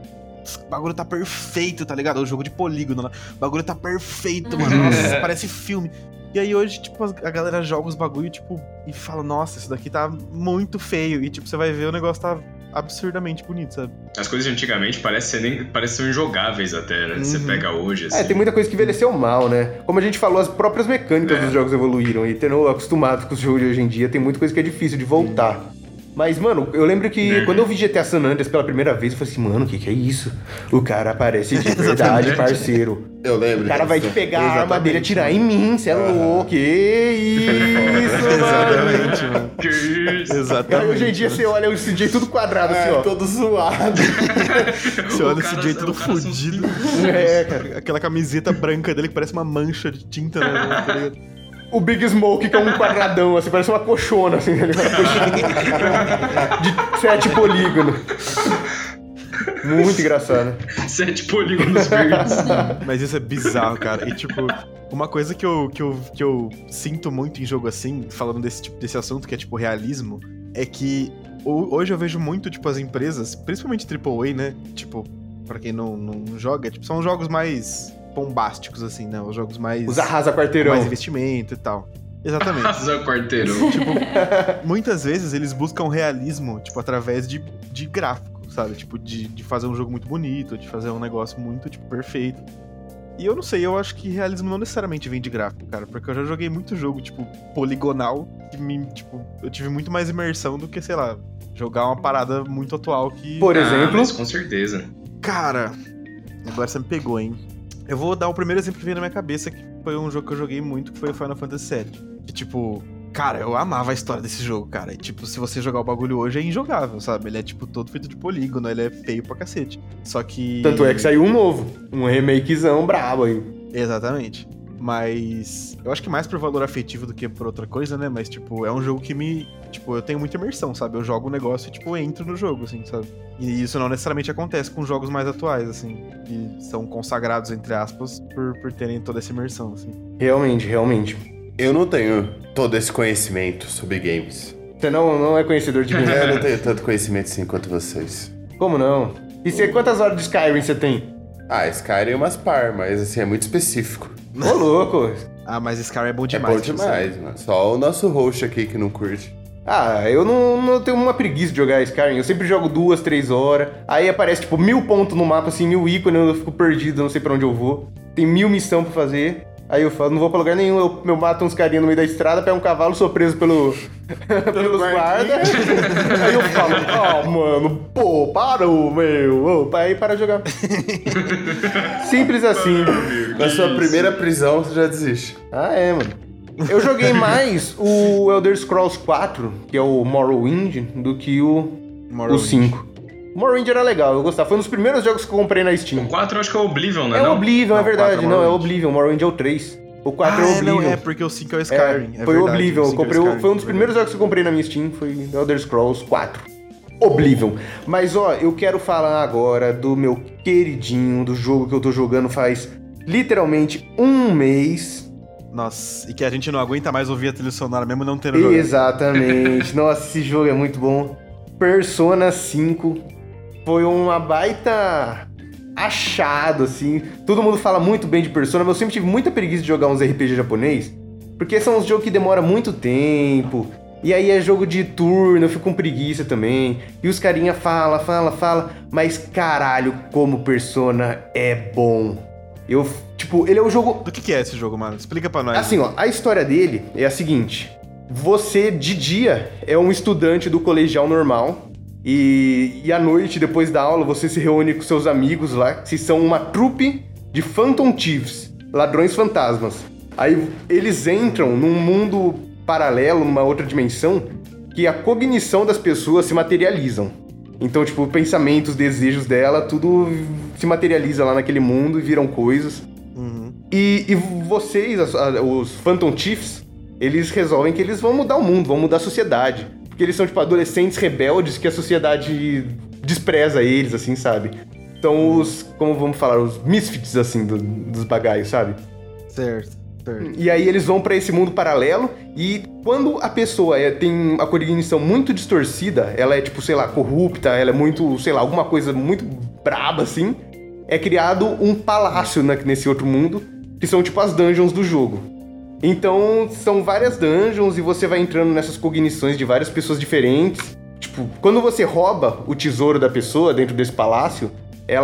[SPEAKER 2] O bagulho tá um perfeito, tá ligado? É O jogo de polígono lá. O bagulho tá perfeito, mano. Nossa, parece filme. E aí hoje, tipo, as- a galera joga os bagulho, tipo, e fala, nossa, isso daqui tá muito feio. E, tipo, você vai ver o negócio tá absurdamente bonito, sabe?
[SPEAKER 5] As coisas de antigamente parecem, ser nem, parecem ser injogáveis até, né? Você
[SPEAKER 2] Uhum.
[SPEAKER 5] pega hoje, assim.
[SPEAKER 1] É, tem muita coisa que envelheceu mal, né? Como a gente falou, as próprias mecânicas dos jogos evoluíram e tendo acostumado com os jogos de hoje em dia, tem muita coisa que é difícil de voltar. Mas, mano, eu lembro que
[SPEAKER 5] Uhum.
[SPEAKER 1] quando eu vi GTA San Andreas pela primeira vez, eu falei assim, mano, o que, que é isso? O cara aparece de verdade,
[SPEAKER 5] Exatamente.
[SPEAKER 1] parceiro.
[SPEAKER 4] Eu lembro.
[SPEAKER 1] O cara vai te
[SPEAKER 4] disso.
[SPEAKER 1] pegar a arma
[SPEAKER 4] Exatamente,
[SPEAKER 1] dele e atirar em
[SPEAKER 4] mano.
[SPEAKER 1] mim, cê é
[SPEAKER 4] Aham.
[SPEAKER 1] louco. Que isso, mano.
[SPEAKER 2] Exatamente, mano.
[SPEAKER 5] Que isso?
[SPEAKER 2] Exatamente.
[SPEAKER 1] Cara, hoje em dia você olha esse jeito tudo quadrado assim,
[SPEAKER 4] É,
[SPEAKER 1] ó.
[SPEAKER 4] todo zoado.
[SPEAKER 2] Você
[SPEAKER 5] O
[SPEAKER 2] olha esse
[SPEAKER 5] cara- é
[SPEAKER 2] jeito
[SPEAKER 5] o
[SPEAKER 2] todo
[SPEAKER 5] cara são
[SPEAKER 2] fudido.
[SPEAKER 1] É,
[SPEAKER 2] Aquela camiseta branca dele que parece uma mancha de tinta na mão, tá ligado?
[SPEAKER 1] O Big Smoke, que é um quadradão, assim, parece uma colchona, assim, tá ligado? Colchona De sete polígonos. Muito engraçado.
[SPEAKER 5] Sete polígonos verdes.
[SPEAKER 2] Mas isso é bizarro, cara. E tipo, uma coisa que eu, que, eu, que eu sinto muito em jogo assim, falando desse tipo desse assunto, que é tipo realismo, é que ho- hoje eu vejo muito, tipo, as empresas, principalmente AAA, né? Tipo, pra quem não, não joga, tipo, são jogos mais bombásticos, assim, né? Os jogos mais.
[SPEAKER 1] Os arrasa
[SPEAKER 2] com mais
[SPEAKER 1] quarteirão.
[SPEAKER 2] investimento e tal. Exatamente.
[SPEAKER 5] Arrasou o quarteirão.
[SPEAKER 2] Muitas vezes eles buscam realismo, tipo, através de, de gráfico, sabe? Tipo, de, de fazer um jogo muito bonito, de fazer um negócio muito, tipo, perfeito. E eu não sei, eu acho que realismo não necessariamente vem de gráfico, cara, porque eu já joguei muito jogo, tipo, poligonal, que me, tipo, eu tive muito mais imersão do que, sei lá, jogar uma parada muito atual que.
[SPEAKER 1] Por
[SPEAKER 5] Ah,
[SPEAKER 1] exemplo,
[SPEAKER 5] mas com certeza.
[SPEAKER 2] Cara, agora você me pegou, hein? Eu vou dar o primeiro exemplo que veio na minha cabeça, que foi um jogo que eu joguei muito, que foi o Final Fantasy VII. Que, tipo, cara, eu amava a história desse jogo, cara. E, tipo, se você jogar o bagulho hoje, é injogável, sabe? Ele é, tipo, todo feito de polígono, ele é feio pra cacete. Só que...
[SPEAKER 1] tanto é que saiu um novo. Um remakezão brabo aí.
[SPEAKER 2] Exatamente. Mas eu acho que mais por valor afetivo do que por outra coisa, né? Mas, tipo, é um jogo que me. Tipo, eu tenho muita imersão, sabe? Eu jogo o negócio e, tipo, entro no jogo, assim, sabe? E isso não necessariamente acontece com jogos mais atuais, assim, que são consagrados, entre aspas, por, por terem toda essa imersão, assim.
[SPEAKER 1] Realmente, realmente.
[SPEAKER 4] Eu não tenho todo esse conhecimento sobre games.
[SPEAKER 1] Você não, não é conhecedor de games.
[SPEAKER 4] Eu não tenho tanto conhecimento assim quanto vocês.
[SPEAKER 1] Como não? E você, quantas horas de Skyrim você tem?
[SPEAKER 4] Ah, Skyrim é umas par, mas assim, é muito específico.
[SPEAKER 1] Ô, louco.
[SPEAKER 2] Ah, mas Skyrim é bom
[SPEAKER 4] É
[SPEAKER 2] demais.
[SPEAKER 4] bom
[SPEAKER 2] tipo,
[SPEAKER 4] demais, mano. Só o nosso host aqui que não curte.
[SPEAKER 1] Ah, eu não, não tenho uma preguiça de jogar Skyrim. Eu sempre jogo duas, três horas. Aí aparece, tipo, mil pontos no mapa, assim, mil ícones, eu fico perdido, eu não sei pra onde eu vou. Tem mil missão pra fazer. Aí eu falo, não vou pra lugar nenhum. Eu, eu mato uns carinha no meio da estrada, pego um cavalo, sou preso pelo, pelos guardas. aí eu falo, ó, mano, pô, parou, meu. Ô, Aí para de jogar. Simples assim.
[SPEAKER 4] Na sua primeira prisão, você já desiste.
[SPEAKER 1] Ah, é, mano. Eu joguei mais o Elder Scrolls 4, que é o Morrowind, do que o
[SPEAKER 2] sabe?
[SPEAKER 1] o
[SPEAKER 2] Morrowind.
[SPEAKER 1] 5. Morrowind era legal, eu gostava. Foi um dos primeiros jogos que eu comprei na
[SPEAKER 5] O
[SPEAKER 1] Steam.
[SPEAKER 5] 4 eu acho que é o Oblivion, né?
[SPEAKER 1] É o
[SPEAKER 5] não?
[SPEAKER 1] Oblivion, é
[SPEAKER 2] Não, o
[SPEAKER 1] verdade.
[SPEAKER 2] quatro é
[SPEAKER 1] não, é o
[SPEAKER 2] Morrowind.
[SPEAKER 1] Oblivion. Morrowind é o 3. O 4 é o
[SPEAKER 2] Ah, é,
[SPEAKER 1] Oblivion.
[SPEAKER 2] não, é, porque o 5 é o
[SPEAKER 1] É,
[SPEAKER 2] Skyrim. é
[SPEAKER 1] foi
[SPEAKER 2] verdade,
[SPEAKER 1] o Oblivion. Eu
[SPEAKER 2] cinco é o
[SPEAKER 1] comprei, o-
[SPEAKER 2] Skyrim,
[SPEAKER 1] foi um dos primeiros jogos que eu comprei na minha Steam, foi Elder Scrolls 4. Oblivion. Mas ó, eu quero falar agora do meu queridinho, do jogo que eu tô jogando faz literalmente um mês.
[SPEAKER 2] Nossa, e que a gente não aguenta mais ouvir a trilha sonora, mesmo não tendo jogado.
[SPEAKER 1] Exatamente. Nossa, esse jogo é muito bom. Persona 5 foi uma baita achado, assim. Todo mundo fala muito bem de Persona, mas eu sempre tive muita preguiça de jogar uns RPG japonês, porque são uns jogos que demoram muito tempo. E aí é jogo de turno, eu fico com preguiça também. E os carinha fala, fala, fala, mas caralho, como Persona é bom. Eu, tipo, ele é um jogo
[SPEAKER 2] Do que, que é esse jogo, mano? Explica pra nós.
[SPEAKER 1] Assim, ó, a história dele é a seguinte: você de dia é um estudante do colegial normal. E, e à noite, depois da aula, você se reúne com seus amigos lá, que são uma trupe de Phantom Thieves, ladrões fantasmas. Aí eles entram num mundo paralelo, numa outra dimensão, que a cognição das pessoas se materializam. Então, tipo, pensamentos, desejos dela, tudo se materializa lá naquele mundo e viram coisas.
[SPEAKER 2] Uhum.
[SPEAKER 1] E, e vocês, as- a- os Phantom Chiefs, eles resolvem que eles vão mudar o mundo, vão mudar a sociedade. Porque eles são, tipo, adolescentes rebeldes que a sociedade despreza eles, assim, sabe? São os, como vamos falar, os misfits, assim, do- dos bagaios, sabe?
[SPEAKER 2] Certo, certo.
[SPEAKER 1] E aí eles vão pra esse mundo paralelo e quando a pessoa é- tem a cognição muito distorcida, ela é tipo, sei lá, corrupta, ela é muito, sei lá, alguma coisa muito braba assim, é criado um palácio na- nesse outro mundo, que são tipo as dungeons do jogo. Então, são várias dungeons e você vai entrando nessas cognições de várias pessoas diferentes. Tipo, quando você rouba o tesouro da pessoa dentro desse palácio,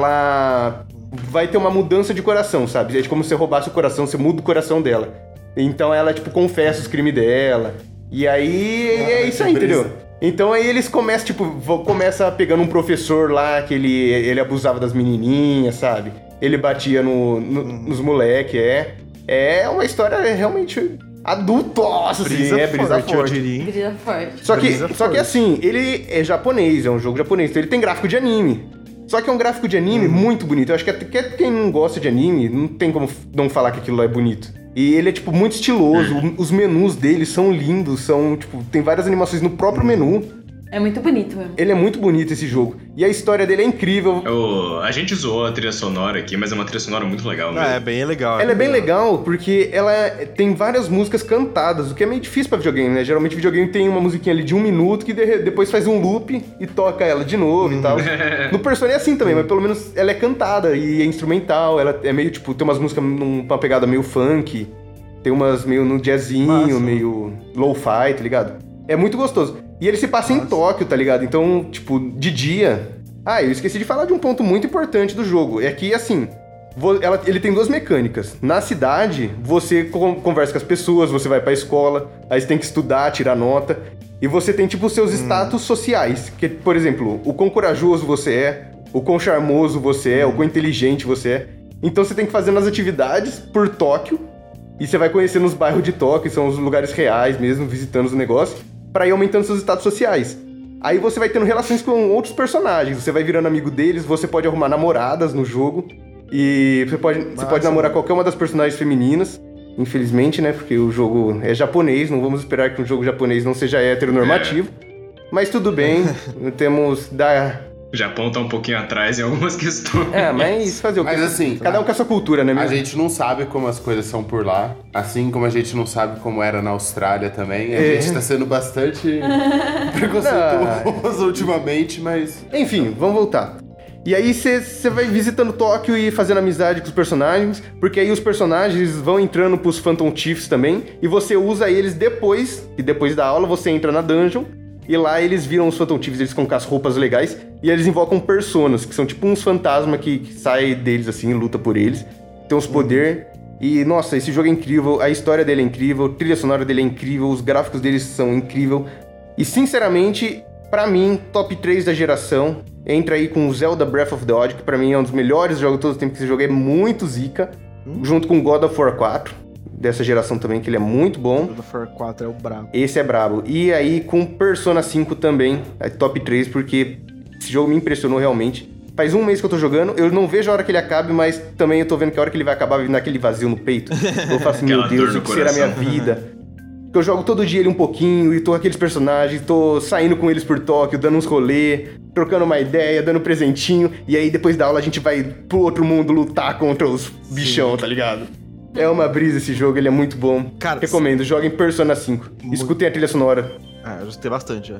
[SPEAKER 1] ela vai ter uma mudança de coração, sabe? É como se você roubasse o coração, você muda o coração dela. Então ela, tipo, confessa os crimes dela. E aí é
[SPEAKER 4] Ah,
[SPEAKER 1] isso
[SPEAKER 4] que
[SPEAKER 1] aí,
[SPEAKER 4] brisa.
[SPEAKER 1] entendeu? Então aí eles começam, tipo, vo- começa pegando um professor lá que ele, ele abusava das menininhas, sabe? Ele batia no, no- nos moleque, é. É uma história realmente adultosa, assim, é, brisa
[SPEAKER 2] forte, eu
[SPEAKER 1] forte.
[SPEAKER 2] diria. hein?
[SPEAKER 3] Brisa forte.
[SPEAKER 1] Só que,
[SPEAKER 2] Brisa
[SPEAKER 1] só que
[SPEAKER 2] forte.
[SPEAKER 1] assim, ele é japonês, é um jogo japonês, então ele tem gráfico de anime. Só que é um gráfico de anime
[SPEAKER 2] Uhum.
[SPEAKER 1] muito bonito. Eu acho que até que quem não gosta de anime não tem como f- não falar que aquilo lá é bonito. E ele é, tipo, muito estiloso.
[SPEAKER 2] É.
[SPEAKER 1] Os menus dele são lindos, são, tipo, tem várias animações no
[SPEAKER 2] Uhum.
[SPEAKER 1] próprio menu.
[SPEAKER 3] É muito bonito mesmo.
[SPEAKER 1] Ele é muito bonito esse jogo. E a história dele é incrível.
[SPEAKER 5] Eu- a gente zoou a trilha sonora aqui, mas é uma trilha sonora muito legal.
[SPEAKER 2] Ah, é
[SPEAKER 5] mesmo.
[SPEAKER 2] bem legal.
[SPEAKER 1] Ela é bem legal porque ela tem várias músicas cantadas, o que é meio difícil pra videogame, né? Geralmente videogame tem uma musiquinha ali de um minuto que de- depois faz um loop e toca ela de novo e tal. No Persona é assim também, mas pelo menos ela é cantada e é instrumental, ela é meio tipo, tem umas músicas numa pegada meio funk, tem umas meio no jazzinho,
[SPEAKER 2] Massa.
[SPEAKER 1] meio low-fi, tá ligado? É muito gostoso. E ele se passa em
[SPEAKER 2] Massa.
[SPEAKER 1] Tóquio, tá ligado? Então, tipo, de dia. Ah, eu esqueci de falar de um ponto muito importante do jogo. É que, assim, vo- ela- ele tem duas mecânicas. Na cidade, você con- conversa com as pessoas, você vai pra escola, aí você tem que estudar, tirar nota. E você tem, tipo, os seus
[SPEAKER 2] Hum.
[SPEAKER 1] status sociais. Que, por exemplo, o quão corajoso você é, o quão charmoso você é, o quão inteligente você é. Então você tem que fazer umas atividades por Tóquio. E você vai conhecendo os bairros de Tóquio, são os lugares reais mesmo, visitando os negócios, pra ir aumentando seus status sociais. Aí você vai tendo relações com outros personagens, você vai virando amigo deles, você pode arrumar namoradas no jogo. E você pode, você
[SPEAKER 2] Massa,
[SPEAKER 1] pode namorar qualquer uma das personagens femininas, infelizmente, né? Porque o jogo é japonês, não vamos esperar que um jogo japonês não seja heteronormativo.
[SPEAKER 4] É.
[SPEAKER 1] Mas tudo bem, temos da.
[SPEAKER 5] O Japão tá um pouquinho atrás em algumas questões.
[SPEAKER 1] É, mas fazer o quê?
[SPEAKER 4] Mas assim,
[SPEAKER 1] Cada um com a sua cultura, né?
[SPEAKER 4] a
[SPEAKER 1] mesmo?
[SPEAKER 4] gente não sabe como as coisas são por lá. Assim como a gente não sabe como era na Austrália também. A
[SPEAKER 1] É. Ah.
[SPEAKER 4] gente tá sendo bastante preconceituoso ultimamente, mas.
[SPEAKER 1] Enfim, vamos voltar. E aí você vai visitando Tóquio e fazendo amizade com os personagens, porque aí os personagens vão entrando pros Phantom Chiefs também, e você usa eles depois, e depois da aula você entra na dungeon, e lá eles viram os Phantom Chiefs, eles ficam com as roupas legais, e eles invocam personas, que são tipo uns fantasmas que, que saem deles assim, luta por eles, tem uns poder, e nossa, esse jogo é incrível, a história dele é incrível, a trilha sonora dele é incrível, os gráficos deles são incrível, e sinceramente, pra mim, top 3 da geração. Entra aí com o Zelda Breath of the Wild, que pra mim é um dos melhores jogos de todos os tempos que esse jogo é muito zica. Junto com God of War 4, dessa geração também, que ele é muito bom.
[SPEAKER 2] God of War 4 é o brabo.
[SPEAKER 1] Esse é brabo. E aí com Persona 5 também, é top 3, porque esse jogo me impressionou realmente. Faz um mês que eu tô jogando, eu não vejo a hora que ele acabe, mas também eu tô vendo que a hora que ele vai acabar vai vir naquele vazio no peito. Eu falo assim, meu
[SPEAKER 5] Aquela dor
[SPEAKER 1] Deus,
[SPEAKER 5] no
[SPEAKER 1] o que será a minha
[SPEAKER 5] coração.
[SPEAKER 1] vida? Porque eu jogo todo dia ele um pouquinho, e tô com aqueles personagens, tô saindo com eles por Tóquio, dando uns rolê, trocando uma ideia, dando um presentinho, e aí depois da aula a gente vai pro outro mundo lutar contra os bichão, tá ligado? É uma brisa esse jogo, ele é muito bom.
[SPEAKER 2] Cara,
[SPEAKER 1] Recomendo, joguem Persona 5. Escutem a trilha sonora.
[SPEAKER 2] Ah, eu gostei bastante já.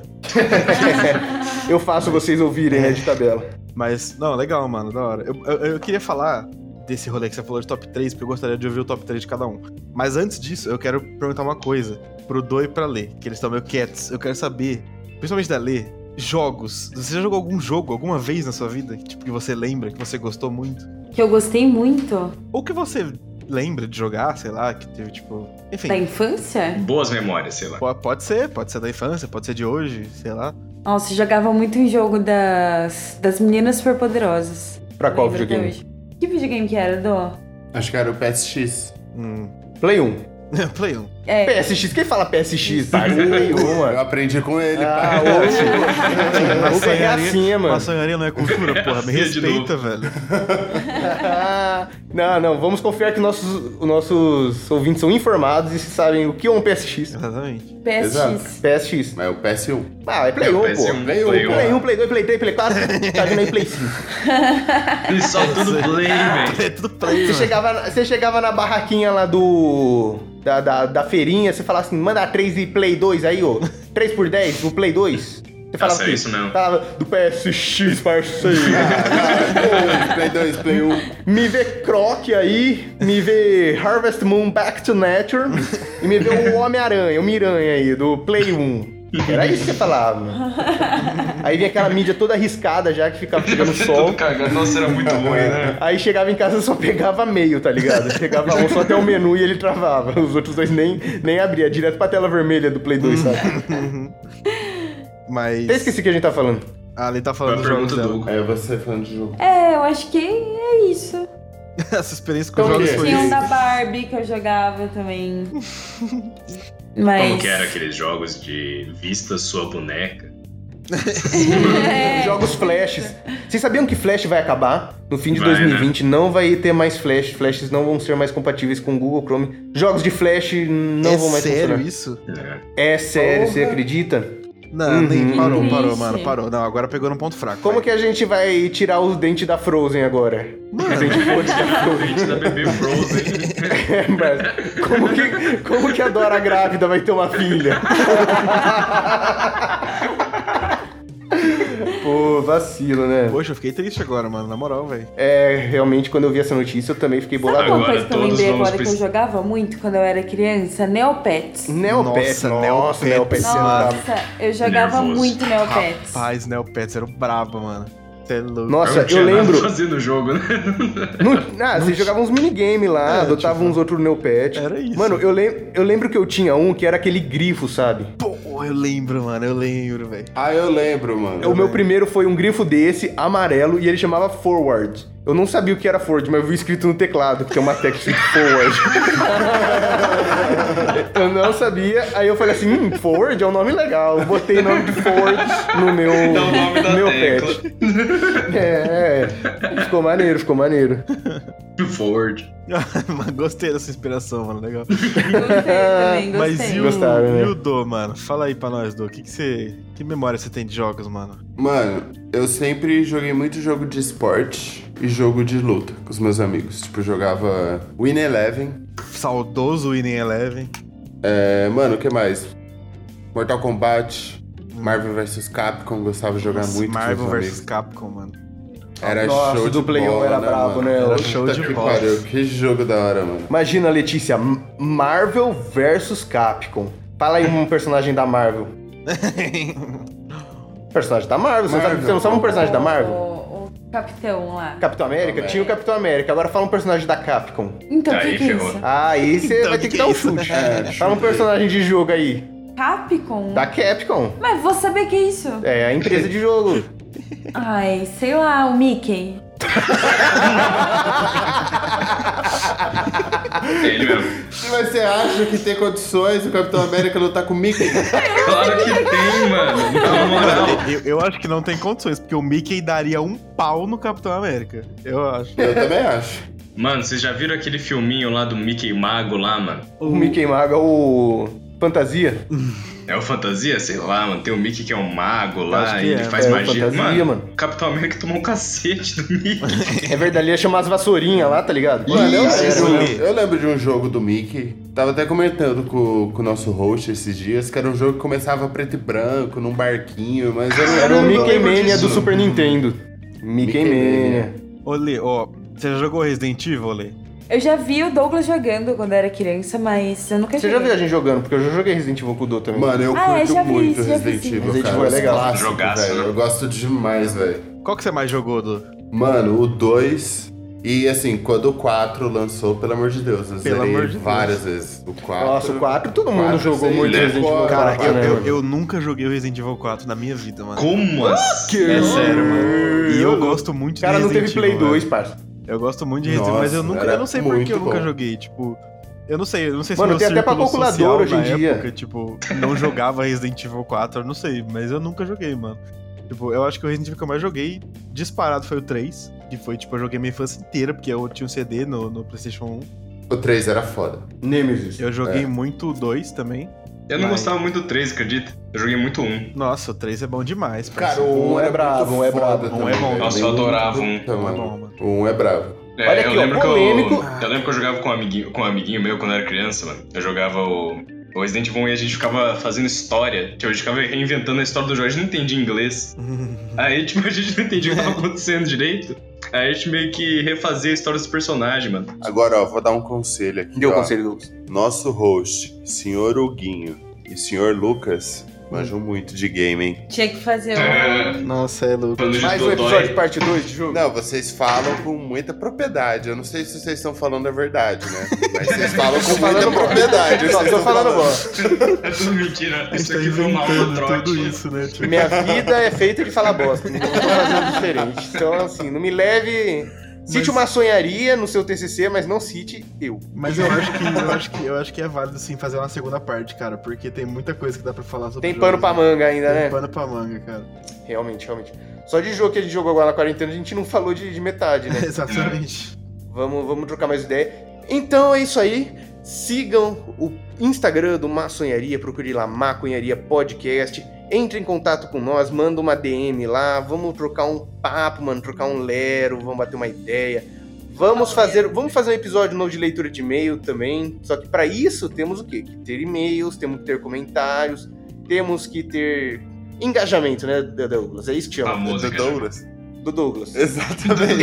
[SPEAKER 1] Eu faço vocês ouvirem, né,
[SPEAKER 5] É.
[SPEAKER 1] de tabela.
[SPEAKER 2] Mas, não, legal, mano, da hora. Eu, eu, eu queria falar desse rolê que você falou de top 3, porque eu gostaria de ouvir o top 3 de cada um. Mas antes disso, eu quero perguntar uma coisa pro Do e pra Lê, que eles estão meio quietos. Eu quero saber, principalmente da Lê, jogos. Você já jogou algum jogo alguma vez na sua vida? Que, tipo, que você lembra, que você gostou muito?
[SPEAKER 3] Que eu gostei muito
[SPEAKER 2] Ou que você lembra de jogar, sei lá, que teve, tipo... Enfim,
[SPEAKER 1] Tá
[SPEAKER 3] da infância.
[SPEAKER 5] Boas memórias, sei lá.
[SPEAKER 2] po- pode ser, pode ser da infância, pode ser de hoje, sei lá.
[SPEAKER 3] Nossa, eu jogava muito em jogo das, das meninas superpoderosas.
[SPEAKER 1] Pra qual
[SPEAKER 3] Lembro até
[SPEAKER 1] videogame?
[SPEAKER 3] hoje. Que videogame que era, Dó?
[SPEAKER 4] Acho que era o PSX.
[SPEAKER 2] Hum.
[SPEAKER 1] Play 1.
[SPEAKER 2] Play 1.
[SPEAKER 3] É,
[SPEAKER 1] PSX, quem fala PSX?
[SPEAKER 4] Tá,
[SPEAKER 1] Play 1,
[SPEAKER 4] Eu
[SPEAKER 1] mano.
[SPEAKER 4] aprendi com ele,
[SPEAKER 1] Ah,
[SPEAKER 4] pai.
[SPEAKER 1] ô. Opa, é assim, é, mano.
[SPEAKER 2] Maçonharia não é cultura, porra. Me
[SPEAKER 5] Assim de
[SPEAKER 2] respeita, velho.
[SPEAKER 1] Não, não, vamos confiar que nossos, os nossos ouvintes são informados e sabem o que é um PSX.
[SPEAKER 2] Exatamente.
[SPEAKER 3] PSX.
[SPEAKER 4] Exato.
[SPEAKER 1] PSX.
[SPEAKER 4] Mas é o PS1.
[SPEAKER 1] Ah, é Play
[SPEAKER 5] É,
[SPEAKER 1] 1,
[SPEAKER 5] parece
[SPEAKER 1] pô.
[SPEAKER 5] um
[SPEAKER 4] Play um,
[SPEAKER 5] play,
[SPEAKER 1] Play
[SPEAKER 5] um.
[SPEAKER 1] 1, Play 2, Play 3, Play 4, tá vindo aí Play 5.
[SPEAKER 5] E só tudo play, velho.
[SPEAKER 2] É tudo play,
[SPEAKER 1] Você
[SPEAKER 2] mano.
[SPEAKER 1] chegava, na- você chegava na barraquinha lá do. Da, da, da feirinha, você falava assim, manda 3 e Play 2 aí, ô. 3 por 10, o Play 2. Você falava
[SPEAKER 5] sério,
[SPEAKER 1] que-
[SPEAKER 5] é isso mesmo.
[SPEAKER 1] Falava do PSX, parceiro.
[SPEAKER 4] Play 2, Play 1.
[SPEAKER 1] me vê Croc aí, me vê Harvest Moon Back to Nature e me vê o Homem-Aranha, o Miranha aí, do Play 1. Era isso que você falava. Aí vinha aquela mídia toda arriscada já, que ficava pegando sol.
[SPEAKER 5] Tudo cagado. Nossa, era muito ruim, né?
[SPEAKER 1] Aí chegava em casa só pegava meio, tá ligado? Chegava um só até o menu e ele travava. Os outros dois nem, nem abria, direto pra tela vermelha do Play 2, sabe?
[SPEAKER 2] Mas.
[SPEAKER 1] Até esqueci o que a gente tá falando.
[SPEAKER 2] A Ali tá
[SPEAKER 5] Foi
[SPEAKER 2] falando
[SPEAKER 5] a
[SPEAKER 2] dos jogos
[SPEAKER 5] pergunta
[SPEAKER 2] dela.
[SPEAKER 5] do
[SPEAKER 4] É você falando de jogo.
[SPEAKER 3] É, eu acho que é isso.
[SPEAKER 2] Essa experiência com
[SPEAKER 1] Então,
[SPEAKER 2] jogos
[SPEAKER 1] o quê?
[SPEAKER 2] foi. é
[SPEAKER 3] Tinha um da Barbie que eu jogava também. Mas.
[SPEAKER 5] Como que era aqueles jogos de vista sua boneca?
[SPEAKER 3] É.
[SPEAKER 1] Jogos flashes. Vocês sabiam que flash vai acabar? No fim de
[SPEAKER 5] Vai,
[SPEAKER 1] 2020 não vai ter mais flash. Flashes não vão ser mais compatíveis com o Google Chrome. Jogos de flash não
[SPEAKER 2] é
[SPEAKER 1] vão mais
[SPEAKER 2] sério
[SPEAKER 1] funcionar.
[SPEAKER 2] isso?
[SPEAKER 5] É.
[SPEAKER 1] É sério, você
[SPEAKER 4] Porra.
[SPEAKER 1] acredita?
[SPEAKER 2] Não,
[SPEAKER 1] Uhum.
[SPEAKER 2] nem parou,
[SPEAKER 3] Que
[SPEAKER 2] parou,
[SPEAKER 3] triste.
[SPEAKER 2] mano, parou. Não, agora pegou num ponto fraco.
[SPEAKER 1] Como
[SPEAKER 2] vai.
[SPEAKER 1] que é? a gente vai tirar os dentes da Frozen agora? Os dentes podres da
[SPEAKER 5] A
[SPEAKER 1] Frozen.
[SPEAKER 5] gente da Baby Frozen.
[SPEAKER 1] É, mas como que, como que a Dora grávida vai ter uma filha? Pô, vacilo, né?
[SPEAKER 2] Poxa, eu fiquei triste agora, mano, na moral, velho.
[SPEAKER 1] É, realmente, quando eu vi essa notícia, eu também fiquei
[SPEAKER 3] Sabe
[SPEAKER 1] bolado.
[SPEAKER 3] uma
[SPEAKER 5] Agora
[SPEAKER 3] coisa que eu
[SPEAKER 5] todos
[SPEAKER 3] lembrei
[SPEAKER 5] vamos
[SPEAKER 3] agora que eu
[SPEAKER 5] precisar.
[SPEAKER 3] jogava muito quando eu era criança? Neopets.
[SPEAKER 1] Hum, Neopets,
[SPEAKER 2] Nossa,
[SPEAKER 1] nossa, Neopets.
[SPEAKER 2] Neopets,
[SPEAKER 1] tá
[SPEAKER 3] Nossa, eu jogava
[SPEAKER 5] Nervoso.
[SPEAKER 3] muito Neopets.
[SPEAKER 2] Rapaz, né? O Pets era o brabo, mano. Você é louco.
[SPEAKER 1] Nossa,
[SPEAKER 5] não tinha
[SPEAKER 1] eu
[SPEAKER 5] nada
[SPEAKER 1] lembro.
[SPEAKER 5] pra fazer no jogo, né?
[SPEAKER 1] Não, ah, você jogava uns minigame lá,
[SPEAKER 2] É,
[SPEAKER 1] adotava
[SPEAKER 2] tipo,
[SPEAKER 1] uns outros Neopets.
[SPEAKER 2] era isso.
[SPEAKER 1] Mano, eu, lem eu lembro que eu tinha um que era aquele grifo, sabe?
[SPEAKER 2] Pô, eu lembro, mano, eu lembro, velho.
[SPEAKER 4] Ah, eu lembro, mano.
[SPEAKER 1] É, O meu primeiro foi um grifo desse, amarelo, e ele chamava Forward. Eu não sabia o que era Forward, mas eu vi escrito no teclado, porque é uma tecla escrito Forward. eu não sabia, aí eu falei assim, hum, Forward é um nome legal. Eu botei o nome de Forward no meu,
[SPEAKER 5] É o nome da
[SPEAKER 1] no meu
[SPEAKER 5] tecla.
[SPEAKER 1] pet. É, é, ficou maneiro, ficou maneiro.
[SPEAKER 5] Forward.
[SPEAKER 2] Mas Gostei dessa inspiração, mano, legal.
[SPEAKER 3] Gostei também, gostei.
[SPEAKER 2] Mas e o,
[SPEAKER 1] Gostaram, né?
[SPEAKER 2] e o Do, mano? Fala aí pra nós, Do. Que, que, você, que memória você tem de jogos, mano?
[SPEAKER 4] Mano, eu sempre joguei muito jogo de esporte e jogo de luta com os meus amigos. Tipo, eu jogava Win Eleven.
[SPEAKER 2] Saudoso Winning Eleven.
[SPEAKER 4] É, mano, o que mais? Mortal Kombat. Marvel vs Capcom, gostava de jogar
[SPEAKER 2] Nossa,
[SPEAKER 4] muito. com os
[SPEAKER 2] Marvel
[SPEAKER 4] meus
[SPEAKER 2] vs
[SPEAKER 4] amigos.
[SPEAKER 2] Capcom, mano.
[SPEAKER 4] Era
[SPEAKER 1] Nossa,
[SPEAKER 4] show
[SPEAKER 1] do
[SPEAKER 4] de
[SPEAKER 1] Play 1
[SPEAKER 4] bola,
[SPEAKER 1] era brabo,
[SPEAKER 4] mano?
[SPEAKER 1] né?
[SPEAKER 2] Era
[SPEAKER 1] Puta
[SPEAKER 2] show
[SPEAKER 4] Puta
[SPEAKER 2] de
[SPEAKER 4] que
[SPEAKER 2] bola.
[SPEAKER 4] pariu, que jogo da hora, mano.
[SPEAKER 1] Imagina, Letícia, M- Marvel versus Capcom. Fala aí um personagem da Marvel. Personagem da Marvel, você não sabe-
[SPEAKER 4] Marvel.
[SPEAKER 1] você não sabe um personagem da Marvel?
[SPEAKER 3] O, o capitão lá.
[SPEAKER 1] Capitão América?
[SPEAKER 4] América.
[SPEAKER 1] Tinha o Capitão América, agora fala um personagem da Capcom.
[SPEAKER 3] Então, o que,
[SPEAKER 5] Aí
[SPEAKER 3] que é
[SPEAKER 5] ferrou.
[SPEAKER 3] isso?
[SPEAKER 1] Aí você
[SPEAKER 2] Então,
[SPEAKER 1] vai
[SPEAKER 2] que
[SPEAKER 1] ter que
[SPEAKER 2] que
[SPEAKER 1] dar
[SPEAKER 2] é
[SPEAKER 1] um
[SPEAKER 2] isso, né?
[SPEAKER 1] chute.
[SPEAKER 4] É,
[SPEAKER 1] Fala um
[SPEAKER 4] chute aí.
[SPEAKER 1] personagem de jogo aí.
[SPEAKER 3] Capcom?
[SPEAKER 1] Da Capcom.
[SPEAKER 3] Mas vou saber que é isso.
[SPEAKER 1] É a empresa de jogo.
[SPEAKER 3] Ai, sei lá, o Mickey.
[SPEAKER 5] É ele mesmo.
[SPEAKER 4] Mas você acha que tem condições o Capitão América lutar com o Mickey?
[SPEAKER 5] Claro que tem, mano. Então, Na moral.
[SPEAKER 2] Eu, eu acho que não tem condições, porque o Mickey daria um pau no Capitão América. Eu acho.
[SPEAKER 4] Eu também acho.
[SPEAKER 5] Mano, vocês já viram aquele filminho lá do Mickey Mago lá, mano?
[SPEAKER 1] O Mickey Maga, o. Fantasia.
[SPEAKER 5] É o Fantasia? Sei lá, mano. Tem o Mickey que é um mago
[SPEAKER 2] acho
[SPEAKER 5] lá
[SPEAKER 2] que
[SPEAKER 5] e ele
[SPEAKER 2] é.
[SPEAKER 5] faz
[SPEAKER 1] É, o
[SPEAKER 5] magia.
[SPEAKER 1] Fantasia, mano.
[SPEAKER 5] O Capitão América tomou um cacete do Mickey.
[SPEAKER 1] É verdade, ele ia chamar as vassourinhas lá, tá ligado?
[SPEAKER 4] Mano, eu,
[SPEAKER 5] Isso,
[SPEAKER 4] lembro,
[SPEAKER 5] isso
[SPEAKER 4] eu
[SPEAKER 2] aí.
[SPEAKER 4] lembro- eu lembro de um jogo do Mickey. Tava até comentando com, com o nosso host esses dias, que era um jogo que começava preto e branco, num barquinho, mas eu não
[SPEAKER 1] Era
[SPEAKER 4] eu
[SPEAKER 1] o
[SPEAKER 2] um
[SPEAKER 4] não
[SPEAKER 1] Mickey
[SPEAKER 4] lembro
[SPEAKER 1] Mania
[SPEAKER 4] disso.
[SPEAKER 1] do Super Nintendo. Mickey,
[SPEAKER 4] Mickey Mania.
[SPEAKER 1] Mania.
[SPEAKER 2] Olê, ó, você já jogou Resident Evil, Olê?
[SPEAKER 3] Eu já vi o Douglas jogando quando era criança, mas eu nunca
[SPEAKER 1] Você já
[SPEAKER 3] joguei.
[SPEAKER 1] viu a gente jogando? Porque eu já joguei Resident Evil com o Do também.
[SPEAKER 4] um Mano, eu
[SPEAKER 3] Ah, eu
[SPEAKER 4] curto
[SPEAKER 3] já vi
[SPEAKER 4] muito
[SPEAKER 3] isso, já vi
[SPEAKER 4] Resident
[SPEAKER 3] sim.
[SPEAKER 4] Evil,
[SPEAKER 1] Resident
[SPEAKER 4] cara.
[SPEAKER 1] Evil é legal.
[SPEAKER 4] Clássico,
[SPEAKER 5] Jogaço,
[SPEAKER 4] velho.
[SPEAKER 5] né?
[SPEAKER 4] Eu gosto demais, velho.
[SPEAKER 2] Qual que você mais jogou, Du?
[SPEAKER 4] Mano, o 2... E assim, quando o 4 lançou, pelo amor de Deus,
[SPEAKER 2] Pelo
[SPEAKER 4] eu zerei
[SPEAKER 2] amor de Deus.
[SPEAKER 4] várias vezes. O 4...
[SPEAKER 1] Nossa, o 4 todo mundo
[SPEAKER 4] Quatro,
[SPEAKER 1] jogou
[SPEAKER 4] sim,
[SPEAKER 1] muito
[SPEAKER 4] né?
[SPEAKER 1] Resident Evil.
[SPEAKER 4] Pô,
[SPEAKER 1] Cara,
[SPEAKER 4] cara,
[SPEAKER 2] Eu,
[SPEAKER 1] né,
[SPEAKER 2] eu-
[SPEAKER 1] mano?
[SPEAKER 2] eu nunca joguei o Resident Evil 4 na minha vida, mano.
[SPEAKER 5] Como assim?
[SPEAKER 2] É sério, mano. E eu gosto muito
[SPEAKER 1] O
[SPEAKER 2] de
[SPEAKER 1] cara não teve
[SPEAKER 2] Resident
[SPEAKER 1] Play
[SPEAKER 2] Evil, né? velho.
[SPEAKER 1] 2, parça.
[SPEAKER 2] Eu gosto muito de Resident Evil,
[SPEAKER 4] Nossa,
[SPEAKER 2] mas eu nunca,
[SPEAKER 4] era
[SPEAKER 2] eu não sei por que eu
[SPEAKER 4] muito
[SPEAKER 2] nunca
[SPEAKER 4] bom.
[SPEAKER 2] joguei, tipo, eu não sei, eu não sei se
[SPEAKER 1] Mano,
[SPEAKER 2] meu
[SPEAKER 1] tem até pra
[SPEAKER 2] círculo
[SPEAKER 1] calculador
[SPEAKER 2] social
[SPEAKER 1] hoje em
[SPEAKER 2] na
[SPEAKER 1] dia.
[SPEAKER 2] época, tipo, não jogava Resident Evil 4, eu não sei, mas eu nunca joguei, mano. Tipo, eu acho que o Resident Evil que eu mais joguei disparado foi o 3, que foi, tipo, eu joguei minha infância inteira, porque eu tinha um CD no, no PlayStation 1.
[SPEAKER 4] O 3 era foda.
[SPEAKER 1] Nemesis.
[SPEAKER 2] Eu joguei muito o 2 também.
[SPEAKER 5] Eu não
[SPEAKER 2] Mas-
[SPEAKER 5] gostava muito do 3, acredita? Eu joguei muito um.
[SPEAKER 2] Nossa, o 3 é bom demais,
[SPEAKER 4] Cara,
[SPEAKER 2] parceiro.
[SPEAKER 1] Um
[SPEAKER 4] o 1
[SPEAKER 1] é
[SPEAKER 4] é
[SPEAKER 1] brabo,
[SPEAKER 4] brabo,
[SPEAKER 1] um é brabo.
[SPEAKER 4] brabo.
[SPEAKER 2] Um é bom.
[SPEAKER 5] Nossa, eu adorava um.
[SPEAKER 2] Um é bom, mano.
[SPEAKER 4] Um é brabo.
[SPEAKER 5] É,
[SPEAKER 1] Olha
[SPEAKER 5] eu
[SPEAKER 1] aqui, ó,
[SPEAKER 5] lembro que eu,
[SPEAKER 1] polêmico.
[SPEAKER 5] eu lembro que eu jogava com um amiguinho, com um amiguinho meu quando eu era criança, mano. Eu jogava o O Resident Evil 1 a gente ficava fazendo história. Tipo, a gente ficava reinventando a história do jogo, a gente não entendia inglês. Aí, tipo, a gente não entendia o que tava acontecendo direito. Aí a gente meio que refazia a história dos personagens, mano.
[SPEAKER 4] Agora, ó, vou dar um conselho aqui.
[SPEAKER 1] Deu
[SPEAKER 4] ó.
[SPEAKER 1] conselho, Lucas.
[SPEAKER 4] Nosso host, senhor Huguinho e senhor Lucas, manjam muito de game, hein?
[SPEAKER 3] Tinha que fazer um.
[SPEAKER 5] É.
[SPEAKER 2] Nossa, é louco.
[SPEAKER 5] Falando de
[SPEAKER 1] Mais um episódio de
[SPEAKER 5] Dodói.
[SPEAKER 1] parte 2 de jogo.
[SPEAKER 4] Não, vocês falam com muita propriedade. Eu não sei se vocês estão falando a verdade, né? Mas vocês falam com muita
[SPEAKER 1] Falando bom.
[SPEAKER 4] propriedade.
[SPEAKER 1] Só
[SPEAKER 4] vocês
[SPEAKER 1] tô
[SPEAKER 4] estão
[SPEAKER 1] falando bom.
[SPEAKER 5] É tudo mentira.
[SPEAKER 2] A gente
[SPEAKER 5] Isso
[SPEAKER 2] tá
[SPEAKER 5] aqui foi uma aula
[SPEAKER 2] inventando
[SPEAKER 5] trote.
[SPEAKER 2] tudo isso, né? Tipo,
[SPEAKER 1] Minha vida é feita de falar bosta. então Não tô fazendo diferente. Então, assim, não me leve. Cite
[SPEAKER 2] Mas-
[SPEAKER 1] uma sonharia no seu TCC, mas não cite eu.
[SPEAKER 2] mas eu acho, que, eu, acho que, eu acho que é válido sim fazer uma segunda parte, cara, porque tem muita coisa que dá pra falar sobre
[SPEAKER 1] Tem
[SPEAKER 2] o
[SPEAKER 1] pano
[SPEAKER 2] jogo,
[SPEAKER 1] pra
[SPEAKER 2] né?
[SPEAKER 1] manga ainda,
[SPEAKER 2] Tem
[SPEAKER 1] né?
[SPEAKER 2] pano pra manga, cara.
[SPEAKER 1] Realmente, realmente. Só de jogo que a gente jogou agora na quarentena, a gente não falou de, de metade,
[SPEAKER 2] É.
[SPEAKER 1] né?
[SPEAKER 2] Exatamente.
[SPEAKER 1] Vamos, vamos trocar mais ideia. Então é isso aí. Sigam o Instagram do Maçonharia, procure lá Maconharia Podcast. Entre em contato com nós, manda uma DM lá, vamos trocar um papo, mano, trocar um lero, vamos bater uma ideia. Vamos fazer, vamos fazer um episódio novo de leitura de e-mail também. Só que para isso temos o quê? Que ter e-mails, temos que ter comentários, temos que ter engajamento, né, Douglas? É isso que chama.
[SPEAKER 5] Famoso,
[SPEAKER 4] Do
[SPEAKER 5] cara.
[SPEAKER 4] Douglas.
[SPEAKER 1] Do Douglas.
[SPEAKER 4] Exatamente.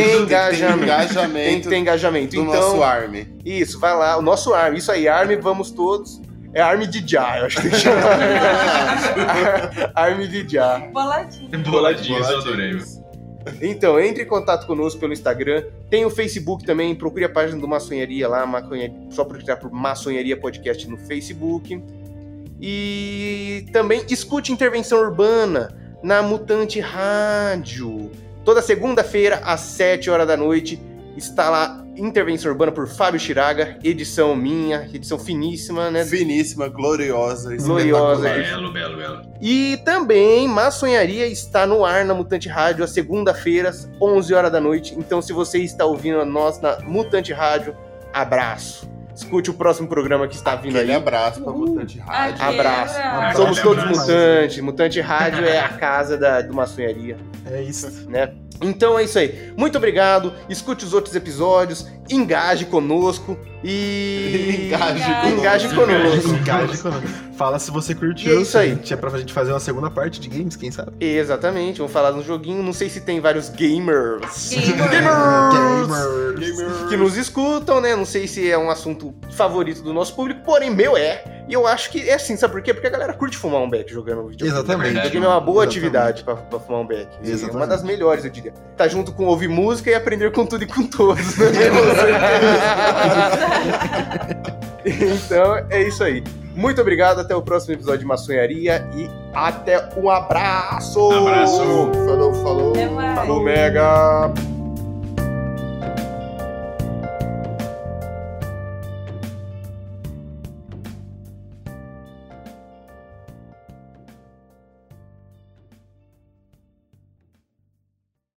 [SPEAKER 1] Engajamento. Tem
[SPEAKER 4] Tá. engajamento
[SPEAKER 1] que ter engajamento.
[SPEAKER 4] do
[SPEAKER 1] então,
[SPEAKER 4] nosso Army.
[SPEAKER 1] isso, vai lá, o nosso ARM, isso aí, ARM, vamos todos. É ARM de Já, eu acho que tem que chamar. ARM de Já.
[SPEAKER 3] Boladinho.
[SPEAKER 5] Boladinhos, eu adorei. mano.
[SPEAKER 1] Então, entre em contato conosco pelo Instagram, tem o Facebook também, procure a página do Maçonharia lá, maconha- só procurar por Maçonharia Podcast no Facebook. E também escute Intervenção Urbana na Mutante Rádio. Toda segunda-feira, às 7 horas da noite, está lá Intervenção Urbana por Fábio Chiraga, edição minha, edição finíssima, né?
[SPEAKER 4] Finíssima, gloriosa,
[SPEAKER 1] Gloriosa.
[SPEAKER 4] espetacular.
[SPEAKER 5] Belo, belo, belo.
[SPEAKER 1] E também Maçonharia está no ar na Mutante Rádio às segunda-feiras, 11 horas da noite. Então, se você está ouvindo a nós na Mutante Rádio, abraço. Escute o próximo programa que está vindo
[SPEAKER 4] Aquele
[SPEAKER 1] aí.
[SPEAKER 4] abraço pra Mutante Rádio.
[SPEAKER 3] Uh, Aquele
[SPEAKER 1] Abraço.
[SPEAKER 3] abraço.
[SPEAKER 1] Somos todos
[SPEAKER 5] Abraço.
[SPEAKER 1] mutantes. Mutante Rádio é a casa da, do Maçonharia.
[SPEAKER 2] É isso.
[SPEAKER 1] Então é isso aí. Muito obrigado. Escute os outros episódios. Engaje conosco. E.
[SPEAKER 4] uh,
[SPEAKER 1] Engaje
[SPEAKER 3] conosco.
[SPEAKER 4] Engaje
[SPEAKER 1] conosco.
[SPEAKER 2] Engaje com- Fala se você curtiu.
[SPEAKER 1] E é isso aí.
[SPEAKER 2] Tinha pra gente fazer uma segunda parte de games, quem sabe?
[SPEAKER 1] Exatamente. Vamos falar de um joguinho. Não sei se tem vários gamers.
[SPEAKER 2] Gamers!
[SPEAKER 1] que nos escutam, né? Não sei se é um assunto favorito do nosso público, porém meu é. E eu acho que é assim, sabe por quê? Porque a galera curte fumar um beck jogando videogame.
[SPEAKER 2] Exatamente.
[SPEAKER 1] O videogame é uma boa
[SPEAKER 2] Exatamente.
[SPEAKER 1] atividade pra, pra fumar um beck. E É
[SPEAKER 2] Exatamente.
[SPEAKER 1] uma das melhores, eu diria. Tá junto com ouvir música e aprender com tudo e com todos. né? então é isso aí. Muito obrigado, até o próximo episódio de Maçonharia e até um abraço!
[SPEAKER 5] Abraço.
[SPEAKER 4] Falou, falou.
[SPEAKER 3] Até mais.
[SPEAKER 1] Falou, Mega!